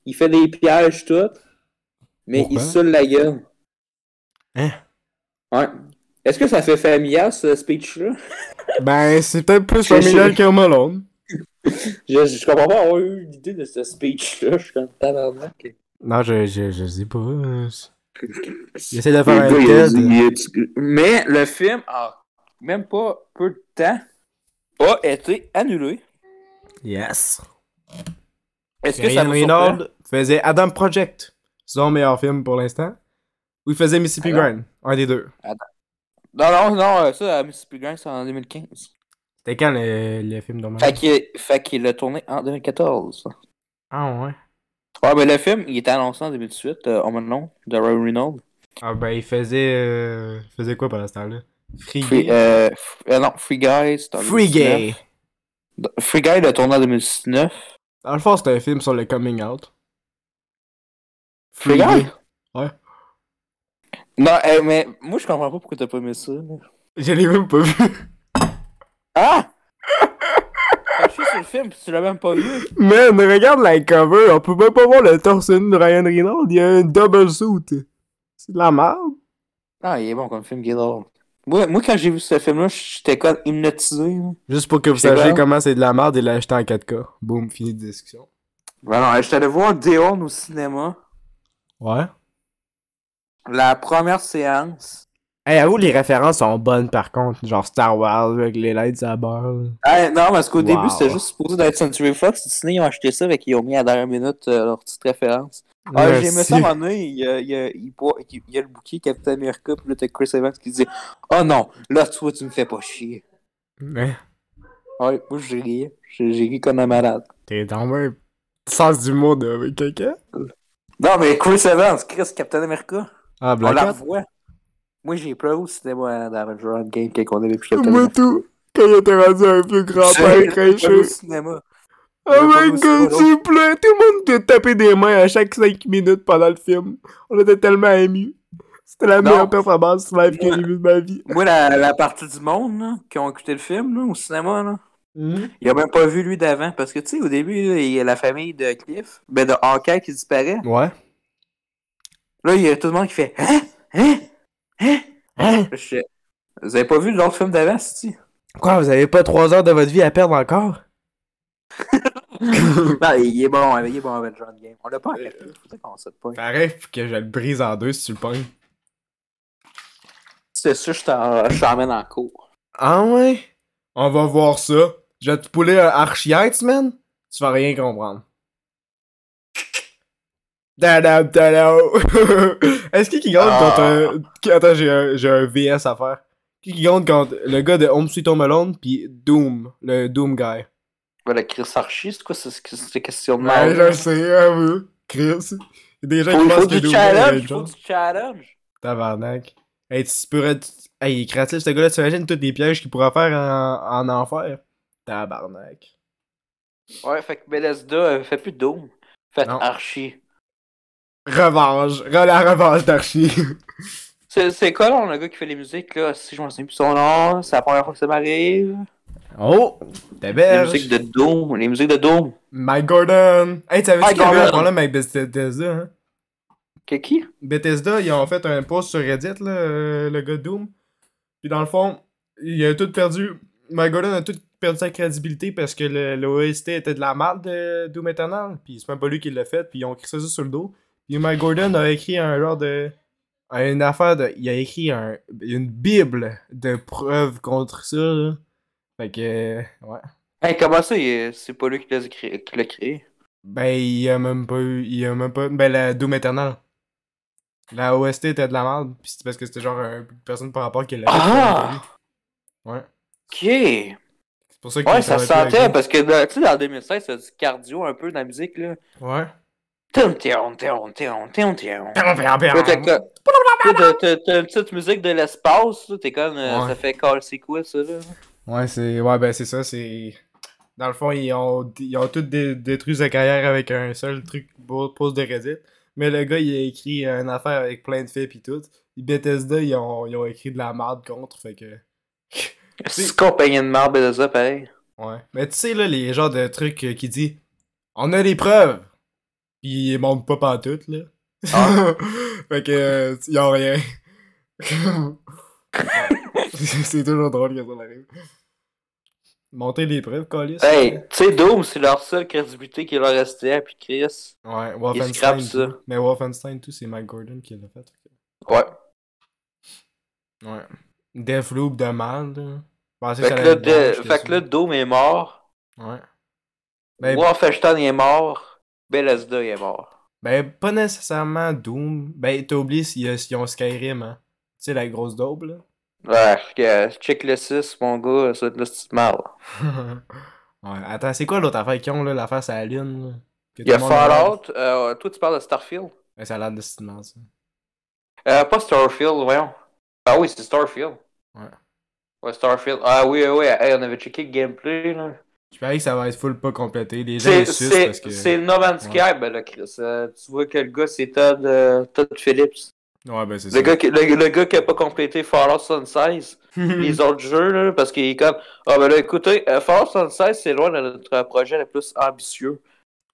Speaker 1: il fait des pièges, tout. Mais
Speaker 2: Pourquoi?
Speaker 1: il saoule la gueule.
Speaker 3: Hein?
Speaker 1: Ouais. Est-ce que ça fait familial, ce speech-là?
Speaker 2: Ben, c'est peut-être plus
Speaker 1: Je- je-
Speaker 2: familial qu'un melon.
Speaker 1: Je, je comprends pas avoir eu l'idée de ce speech-là. Je suis comme tabarnak.
Speaker 3: Non, je, je, je sais pas. euh, c'est-
Speaker 1: Les
Speaker 3: J'essaie de faire
Speaker 1: gars,
Speaker 3: un
Speaker 1: il-
Speaker 3: TED.
Speaker 1: il- il- Mais le film, en même pas peu de temps, a été annulé.
Speaker 3: Yes.
Speaker 1: Est-ce que ça
Speaker 2: Ryan
Speaker 1: vous surprend?
Speaker 2: Reynolds faisait Adam Project, son meilleur film pour l'instant. Ou il faisait Mississippi
Speaker 1: Adam.
Speaker 2: Grind, un des deux.
Speaker 1: Non, non, non, euh, ça, à Mississippi Grind, c'est en 2015.
Speaker 3: C'était quand le, le film de Melon?
Speaker 1: Fait qu'il fait qu'il l'a tourné en 2014.
Speaker 3: Ah ouais.
Speaker 1: Ouais, mais le film, il était annoncé en 2018, euh, Home Alone, de Ryan Reynolds.
Speaker 3: Ah ben, il faisait. euh, il faisait quoi pendant ce temps-là? Free
Speaker 1: Free,
Speaker 3: Gay.
Speaker 1: euh, f- euh, non, Free Guy, c'est en
Speaker 3: Free
Speaker 1: 2019.
Speaker 3: Gay.
Speaker 1: D- Free Guy, il a tourné en 2019.
Speaker 2: Dans le fond, c'était un film sur le coming out.
Speaker 1: Free Guy?
Speaker 2: Ouais.
Speaker 1: Non, eh, mais moi, je comprends pas pourquoi t'as pas aimé ça. là.
Speaker 2: Je l'ai même pas vu.
Speaker 1: Ah! Fait que Je suis sur le film, pis tu l'as même pas vu.
Speaker 2: Man, regarde la cover, on peut même pas voir le torse nu de Ryan Reynolds, il y a un double suit. C'est de la merde.
Speaker 1: Ah, il est bon comme film, il est drôle. Moi, moi quand j'ai vu ce film-là, j'étais comme hypnotisé. là.
Speaker 2: Juste pour que vous
Speaker 1: C'est
Speaker 2: sachiez
Speaker 1: bon.
Speaker 2: comment c'est de la merde, il l'a acheté en 4K. Boum, fini de discussion.
Speaker 1: Ben non, j'étais allé voir Déon au cinéma.
Speaker 2: Ouais.
Speaker 1: La première séance.
Speaker 2: Hey, avoue, les références sont bonnes par contre. Genre Star Wars avec les lights à beurre. là.
Speaker 1: Ah, non, parce qu'au
Speaker 2: Wow.
Speaker 1: début, c'était juste supposé d'être Century Fox. Disney, ils ont acheté ça, et qu'ils ont mis à la dernière minute euh, leur petite référence. Ah,
Speaker 2: Merci.
Speaker 1: J'aimais ça, à un moment donné, il y a, il y a- il boit- il y a le bouquet Captain America, puis là, t'as Chris Evans qui dit « Oh non, là, toi, tu me fais pas chier.
Speaker 2: Mais »
Speaker 1: Ouais, moi, j'ai ri. J'ai j'ai ri comme un malade.
Speaker 2: t'es dans un sens du mot de quelqu'un.
Speaker 1: Non, mais Chris Evans, Chris Captain America,
Speaker 2: Ah,
Speaker 1: on la
Speaker 2: Black
Speaker 1: revoit. Moi, j'ai peur au cinéma hein, dans Avengers Endgame quand on avait plus
Speaker 2: Hat.
Speaker 1: Captain
Speaker 2: Moi
Speaker 1: America.
Speaker 2: tout. Quand il était rendu un vieux
Speaker 1: J'ai
Speaker 2: grand-père
Speaker 1: pas vu au
Speaker 2: crêcheux.
Speaker 1: cinéma.
Speaker 2: Oh
Speaker 1: J'ai pas
Speaker 2: my
Speaker 1: vu
Speaker 2: god,
Speaker 1: ça,
Speaker 2: s'il vous plaît, tout le monde te tapait des mains à chaque 5 minutes pendant le film. On était tellement émus. C'était la
Speaker 1: Non.
Speaker 2: meilleure performance live que
Speaker 1: Ouais.
Speaker 2: j'ai vue de ma vie.
Speaker 1: Moi, la, la partie du monde là, qui ont écouté le film là, au cinéma, là,
Speaker 2: Hmm?
Speaker 1: il a même pas vu lui d'avant. Parce que, tu sais, au début, là, il y a la famille de Cliff, ben de Hawkeye qui disparaît.
Speaker 2: Ouais.
Speaker 1: Là, il y a tout le monde qui fait Hein Hein Hein
Speaker 3: Hein?
Speaker 1: Je fais, Vous avez pas vu l'autre film d'avant, si
Speaker 3: Quoi, vous avez pas 3 heures de votre vie à perdre encore?
Speaker 1: Non, Ben, il est bon, hein, il est bon avec John Game. On l'a pas en quatre
Speaker 2: Euh,
Speaker 1: minutes, faut peut-être qu'on saute pas.
Speaker 2: Pareil, faut que je le brise en deux si tu le pognes.
Speaker 1: C'est sûr, je t'en- je t'emmène en cours.
Speaker 3: Ah ouais?
Speaker 2: On va voir ça. Je vais te pouler un Archiates, man. Tu vas rien comprendre. Tadam, tadam. Est-ce qu'il qui gagne
Speaker 1: Ah.
Speaker 2: contre un... qui- Attends, j'ai un, j'ai un VS à faire. Qui qui gagne contre le gars de Home Sweet Home Alone pis Doom, le Doom guy?
Speaker 1: Ben, le Chris Archie, c'est quoi ce- ce- ces questions de
Speaker 2: Ouais,
Speaker 1: mal?
Speaker 2: je le sais, hein, vous. Chris. Il y a des gens qui
Speaker 1: Il faut
Speaker 2: pensent que
Speaker 1: du
Speaker 2: Doom Guy est
Speaker 1: challenge,
Speaker 2: une
Speaker 1: il faut
Speaker 2: chose.
Speaker 1: du challenge.
Speaker 2: Tabarnak. Hey, tu pourrais... Hey, il est créatif, ce gars-là. Tu imagines tous les pièges qu'il pourra faire en, en enfer? Tabarnak.
Speaker 1: Ouais, fait que Bethesda euh, fait plus de Doom. Fait
Speaker 2: Non.
Speaker 1: Archie.
Speaker 2: Revanche. Re- la revanche d'Archie.
Speaker 1: C'est c'est quoi là, le gars qui fait les musiques là Si je me souviens plus son nom, c'est la première fois que ça m'arrive.
Speaker 2: Oh! T'es
Speaker 1: Les
Speaker 2: belle.
Speaker 1: musiques de Doom, les musiques de Doom.
Speaker 2: Mike Gordon. Hey, tu savais
Speaker 1: Mike
Speaker 2: qu'il y avait un
Speaker 1: Gordon.
Speaker 2: problème avec Bethesda, hein?
Speaker 1: Que qui
Speaker 2: Bethesda, ils ont fait un post sur Reddit, là, euh, le gars de Doom. Puis dans le fond, il a tout perdu. Mike Gordon a tout perdu sa crédibilité parce que le- l'OST était de la merde de Doom Eternal. Puis c'est même pas lui qui l'a fait. Puis ils ont écrit ça juste sur le dos. Puis Mike Gordon a écrit un genre de. a une affaire de. Il a écrit un, une Bible de preuves contre ça, là. Fait que. euh, Ouais.
Speaker 1: Hey, Eh, comment ça, il est- c'est pas lui qui l'a écrit- qui l'a créé?
Speaker 2: Ben, il a même pas eu. Il a même pas. Ben, la Doom Eternal. La OST était de la merde, pis c'est parce que c'était genre un- une personne par rapport qui l'a
Speaker 1: Ah!
Speaker 2: Ouais.
Speaker 1: Ok! Ouais,
Speaker 2: C'est pour ça qu'il
Speaker 1: ça se
Speaker 2: travaille plus avec
Speaker 1: sentait,
Speaker 2: lui.
Speaker 1: parce que dans- tu sais, dans 2016, c'était du cardio un peu dans la musique, là.
Speaker 2: Ouais.
Speaker 1: Tum, tum, tum, tum, tum, tum.
Speaker 2: Pam, pam, pam.
Speaker 1: Là, t'as co- là, t'as- t'as- t'as une petite musique de l'espace, là, t'es comme, euh,
Speaker 2: Ouais.
Speaker 1: ça fait call, c'est quoi ça, là?
Speaker 2: Ouais, c'est. Ouais, ben, c'est ça, c'est. Dans le fond, ils ont, ils ont tous dé- détruit sa carrière avec un seul truc, pour- pause de Reddit. Mais le gars, il a écrit une affaire avec plein de faits pis tout. Bethesda, ils ont, ils ont écrit de la merde contre, fait que.
Speaker 1: C'est compagnie de marbre de ça, pareil.
Speaker 2: Ouais. Mais tu sais, là, les genres de trucs euh, qui dit On a les preuves! Pis ils montent pas pantoute, là.
Speaker 1: Ah.
Speaker 2: fait que, euh, ils ont rien. c'est toujours drôle quand ça arrive. Monter les preuves, Colis.
Speaker 1: Hey, tu sais, Doom, c'est leur seule crédibilité qui leur restait, puis Chris.
Speaker 2: Ouais,
Speaker 1: Ils scrapent
Speaker 2: Wolfenstein.
Speaker 1: ça.
Speaker 2: tout. Mais Wolfenstein, tout, c'est Mike Gordon qui l'a fait.
Speaker 1: Ouais.
Speaker 2: Ouais. Deathloop de mal, là. Pensez
Speaker 1: Fait
Speaker 2: que
Speaker 1: que
Speaker 2: ça
Speaker 1: là,
Speaker 2: allait être
Speaker 1: de-
Speaker 2: blanche,
Speaker 1: fait que là, Doom est mort.
Speaker 2: Ouais. Ben,
Speaker 1: Wolfenstein est mort. Bethesda est mort.
Speaker 2: Ben, pas nécessairement Doom. Ben, t'as oublié s'ils euh, s'ils ont Skyrim, hein. Tu sais, la grosse daube,
Speaker 1: Ouais, que- euh, check le 6, mon gars, ça va être le petit mal.
Speaker 2: là. ouais, attends, c'est quoi l'autre affaire qu'ils ont, là, l'affaire sur la lune, là? Que
Speaker 1: Il y a
Speaker 2: tout le monde rêve?
Speaker 1: Fallout, euh, toi tu parles de Starfield.
Speaker 2: Ben, ça a l'air de cette merde, ça.
Speaker 1: Euh, pas Starfield, voyons. Ah oui, c'est Starfield.
Speaker 2: Ouais.
Speaker 1: Ouais, Starfield. Ah oui, oui, oui, hey, on avait checké le gameplay, là.
Speaker 2: Je parie que ça va être full pas complété. Les gens
Speaker 1: C'est
Speaker 2: ils sucent parce
Speaker 1: c'est-
Speaker 2: que...
Speaker 1: c'est No Man's
Speaker 2: Ouais.
Speaker 1: Sky, ben là, Chris. euh, tu vois que le gars, c'est Todd, euh, Todd Phillips.
Speaker 2: Ouais, ben, c'est
Speaker 1: Le
Speaker 2: ça.
Speaker 1: gars, qui, le, le gars qui a pas complété Fallout 76, les
Speaker 2: Hmm.
Speaker 1: autres jeux, là, parce qu'il est comme, ah ben là, écoutez, euh, Fallout 76, c'est loin de notre euh, projet le plus ambitieux.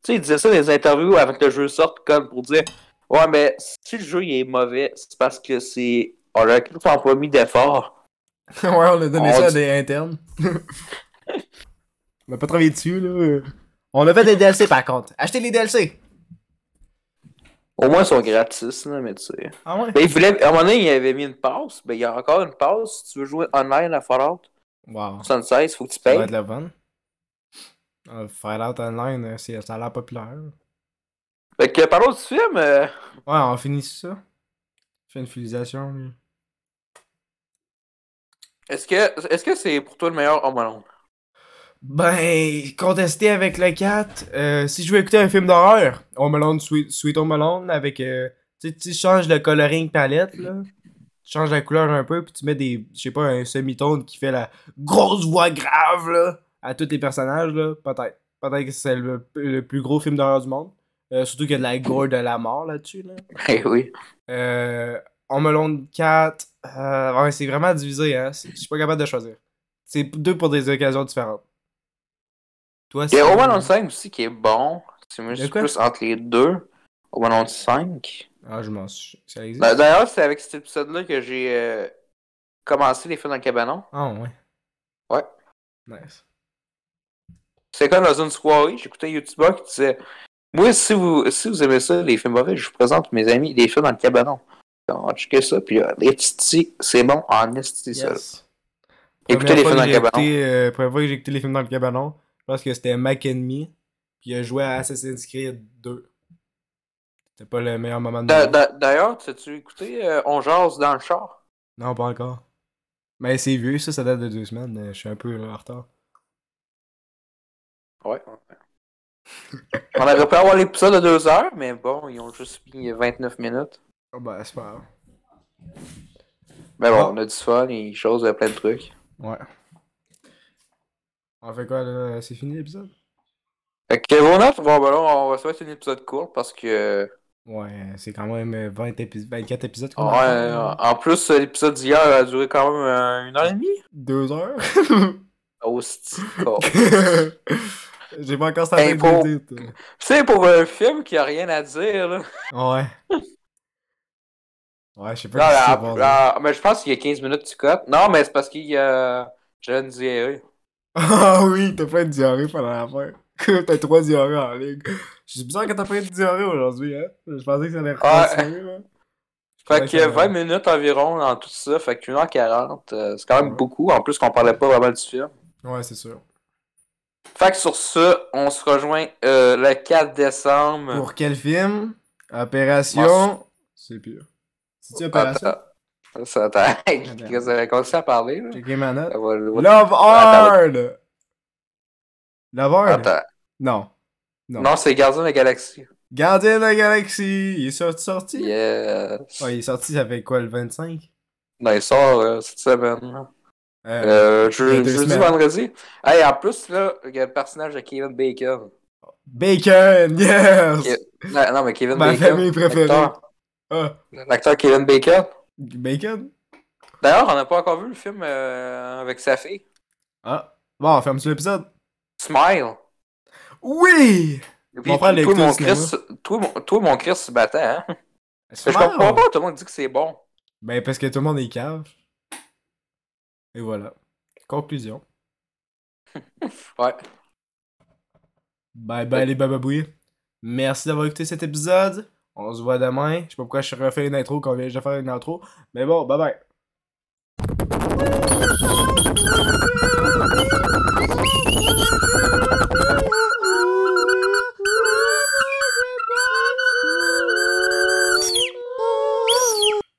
Speaker 1: Tu sais, il disait ça dans les interviews avant que le jeu sorte, comme pour dire, ouais, mais si le jeu il est mauvais, c'est parce que c'est. On a tout pas mis d'effort.
Speaker 2: ouais, on a donné
Speaker 1: On
Speaker 2: ça à
Speaker 1: dit-
Speaker 2: des internes. on a pas travaillé dessus, là. On a fait des DLC, par contre. Achetez les DLC!
Speaker 1: Au moins, ils sont gratis, là, mais tu sais.
Speaker 2: Ah ouais?
Speaker 1: Mais il voulait, à un moment donné, il avait mis une passe, mais il y a encore une passe. Si tu veux jouer online à Fallout
Speaker 2: Wow.
Speaker 1: 76, faut que tu
Speaker 2: Ça
Speaker 1: payes.
Speaker 2: va être le fun. Euh, Fallout Online, euh, c'est- ça a l'air populaire.
Speaker 1: Fait que, parlons du film, euh,
Speaker 2: Ouais, on finit sur ça. Je fais une filisation. lui.
Speaker 1: est-ce que est-ce que c'est pour toi le meilleur homme alone?
Speaker 2: Ben, contesté avec le 4. euh, si je veux écouter un film d'horreur, on Malone, Sweet, Sweet Home Alone, avec. euh, tu sais, tu changes le coloring palette, là. Tu changes la couleur un peu, puis tu mets des. Je sais pas, un semitone qui fait la grosse voix grave, là, à tous tes personnages, là. Peut-être. Peut-être que c'est le, le plus gros film d'horreur du monde. Euh, surtout qu'il y a de la gore de la mort là-dessus, là.
Speaker 1: Eh oui.
Speaker 2: Euh, on me l'onde 4. Euh, ouais, c'est vraiment divisé, hein. C'est- Je suis pas capable de choisir. C'est p- deux pour des occasions différentes. Toi,
Speaker 1: Il y
Speaker 2: c'est.
Speaker 1: a Home Alone 5 aussi qui est bon. C'est moi,
Speaker 2: De
Speaker 1: je suis
Speaker 2: quoi?
Speaker 1: plus entre les deux. Home Alone 5.
Speaker 2: Ah, je m'en suis. Ça existe.
Speaker 1: Ben, D'ailleurs, c'est avec cet épisode-là que j'ai euh, commencé les films dans le cabanon.
Speaker 2: Ah, ouais.
Speaker 1: Ouais.
Speaker 2: Nice.
Speaker 1: C'est comme dans une soirée, j'écoutais un YouTuber qui disait Moi, si vous, si vous aimez ça, les films mauvais, je vous présente, mes amis, les films dans le cabanon. On checkait ça, puis euh, les petits, c'est bon en esti, ça.
Speaker 2: Yes.
Speaker 1: Écoutez les films dans le
Speaker 2: Première fois que
Speaker 1: cabanon.
Speaker 2: j'ai écouté, euh, première fois que j'ai écouté les films dans le cabanon, je pense que c'était Mac Enemy. Puis il a joué à Assassin's Creed 2. C'était pas le meilleur moment de ma
Speaker 1: D'a-
Speaker 2: vie.
Speaker 1: d'a- D'ailleurs, as-tu écouté euh, On jase dans le char
Speaker 2: Non, pas encore. Mais c'est vieux, ça, ça date de deux semaines. euh, Je suis un peu euh, en retard.
Speaker 1: Ouais. On aurait pu avoir l'épisode de deux heures, mais bon, ils ont juste mis 29 minutes.
Speaker 2: Ah bah, c'est pas grave.
Speaker 1: Mais bon,
Speaker 2: Ah.
Speaker 1: on a du fun, et choses, euh, plein de trucs.
Speaker 2: Ouais. On fait quoi là C'est fini l'épisode
Speaker 1: Fait que vos notes, bon, ben là, on va se mettre un épisode court parce que.
Speaker 2: Ouais, c'est quand même euh, 20 épis- 24 épisodes qu'on
Speaker 1: ouais,
Speaker 2: a fait,
Speaker 1: en
Speaker 2: là.
Speaker 1: en plus, euh, l'épisode d'hier a duré quand même euh, une heure et demie.
Speaker 2: Deux heures
Speaker 1: Oh, c'est con.
Speaker 2: J'ai pas encore starté
Speaker 1: Hey, pour-
Speaker 2: le edit.
Speaker 1: C'est pour un film qui a rien à dire, là.
Speaker 2: Ouais. Ouais, je sais
Speaker 1: Non, là,
Speaker 2: pas
Speaker 1: là,
Speaker 2: si Ah, c'est
Speaker 1: Ah, mais je pense qu'il y a 15 minutes, tu cotes. Non, mais c'est parce qu'il y a. J'avais une diarrhée.
Speaker 2: Ah oui, t'as plein de diarrhée pendant l'affaire. t'as trois diarrhées en ligne. C'est bizarre que t'as plein de diarrhée aujourd'hui, hein Je pensais que ça allait
Speaker 1: Ah.
Speaker 2: continuer, là. Je
Speaker 1: Fait
Speaker 2: Ouais,
Speaker 1: que
Speaker 2: ça-
Speaker 1: 20 minutes environ dans tout ça, fait que 1h40, euh, c'est quand même beaucoup, en plus qu'on parlait pas vraiment du film.
Speaker 2: Ouais, c'est sûr.
Speaker 1: Fait que sur ça, on se rejoint euh, le 4 décembre.
Speaker 3: Pour-
Speaker 2: Pour quel film Opération. C'est pire. C'est-tu Opération
Speaker 1: Attends. Ah, Ça,
Speaker 2: Ah,
Speaker 1: attends.
Speaker 2: ben.
Speaker 1: Qu'est-ce que ça commencé à parler, là?
Speaker 2: Checker ma note.
Speaker 1: Ça va-
Speaker 2: Love Hard Love Hard
Speaker 1: Attends.
Speaker 2: Non. Non.
Speaker 1: Non, c'est Gardien de la Galaxie.
Speaker 2: Gardien de la Galaxie Il est sorti, sorti?
Speaker 1: Yeah.
Speaker 2: Ouais, il est sorti, ça fait quoi, le 25
Speaker 1: Non, euh, il sort euh, cette semaine. là.
Speaker 2: Euh,
Speaker 1: Euh,
Speaker 2: il y a
Speaker 1: je,
Speaker 2: deux
Speaker 1: jeudi,
Speaker 2: semaines.
Speaker 1: vendredi. Hey, en plus, là, il y a le personnage de Kevin Bacon.
Speaker 2: Bacon Yes
Speaker 1: Yeah. Non, non, mais Kevin
Speaker 2: Ma
Speaker 1: Bacon.
Speaker 2: famille préférée.
Speaker 1: l'acteur-
Speaker 2: Ah,
Speaker 1: L'acteur Kevin Bacon.
Speaker 2: bacon
Speaker 1: D'ailleurs, on n'a pas encore vu le film euh, avec sa fille.
Speaker 2: Ah Bon, on ferme sur l'épisode.
Speaker 1: Smile.
Speaker 2: Oui
Speaker 1: Et
Speaker 2: Mon frère l'a
Speaker 1: toi,
Speaker 2: écouté
Speaker 1: mon
Speaker 2: au cinéma.
Speaker 1: Chris, toi, mon- toi, mon Chris se battait, hein? Je
Speaker 2: Smile.
Speaker 1: comprends pas, tout le monde dit que c'est bon.
Speaker 2: Ben, parce que tout le monde est cave. Et voilà. Conclusion.
Speaker 1: Ouais.
Speaker 2: Bye bye les bababouilles. Merci d'avoir écouté cet épisode. On se voit demain. Je sais pas pourquoi je refais une intro quand on vient de faire une intro. Mais bon, bye bye.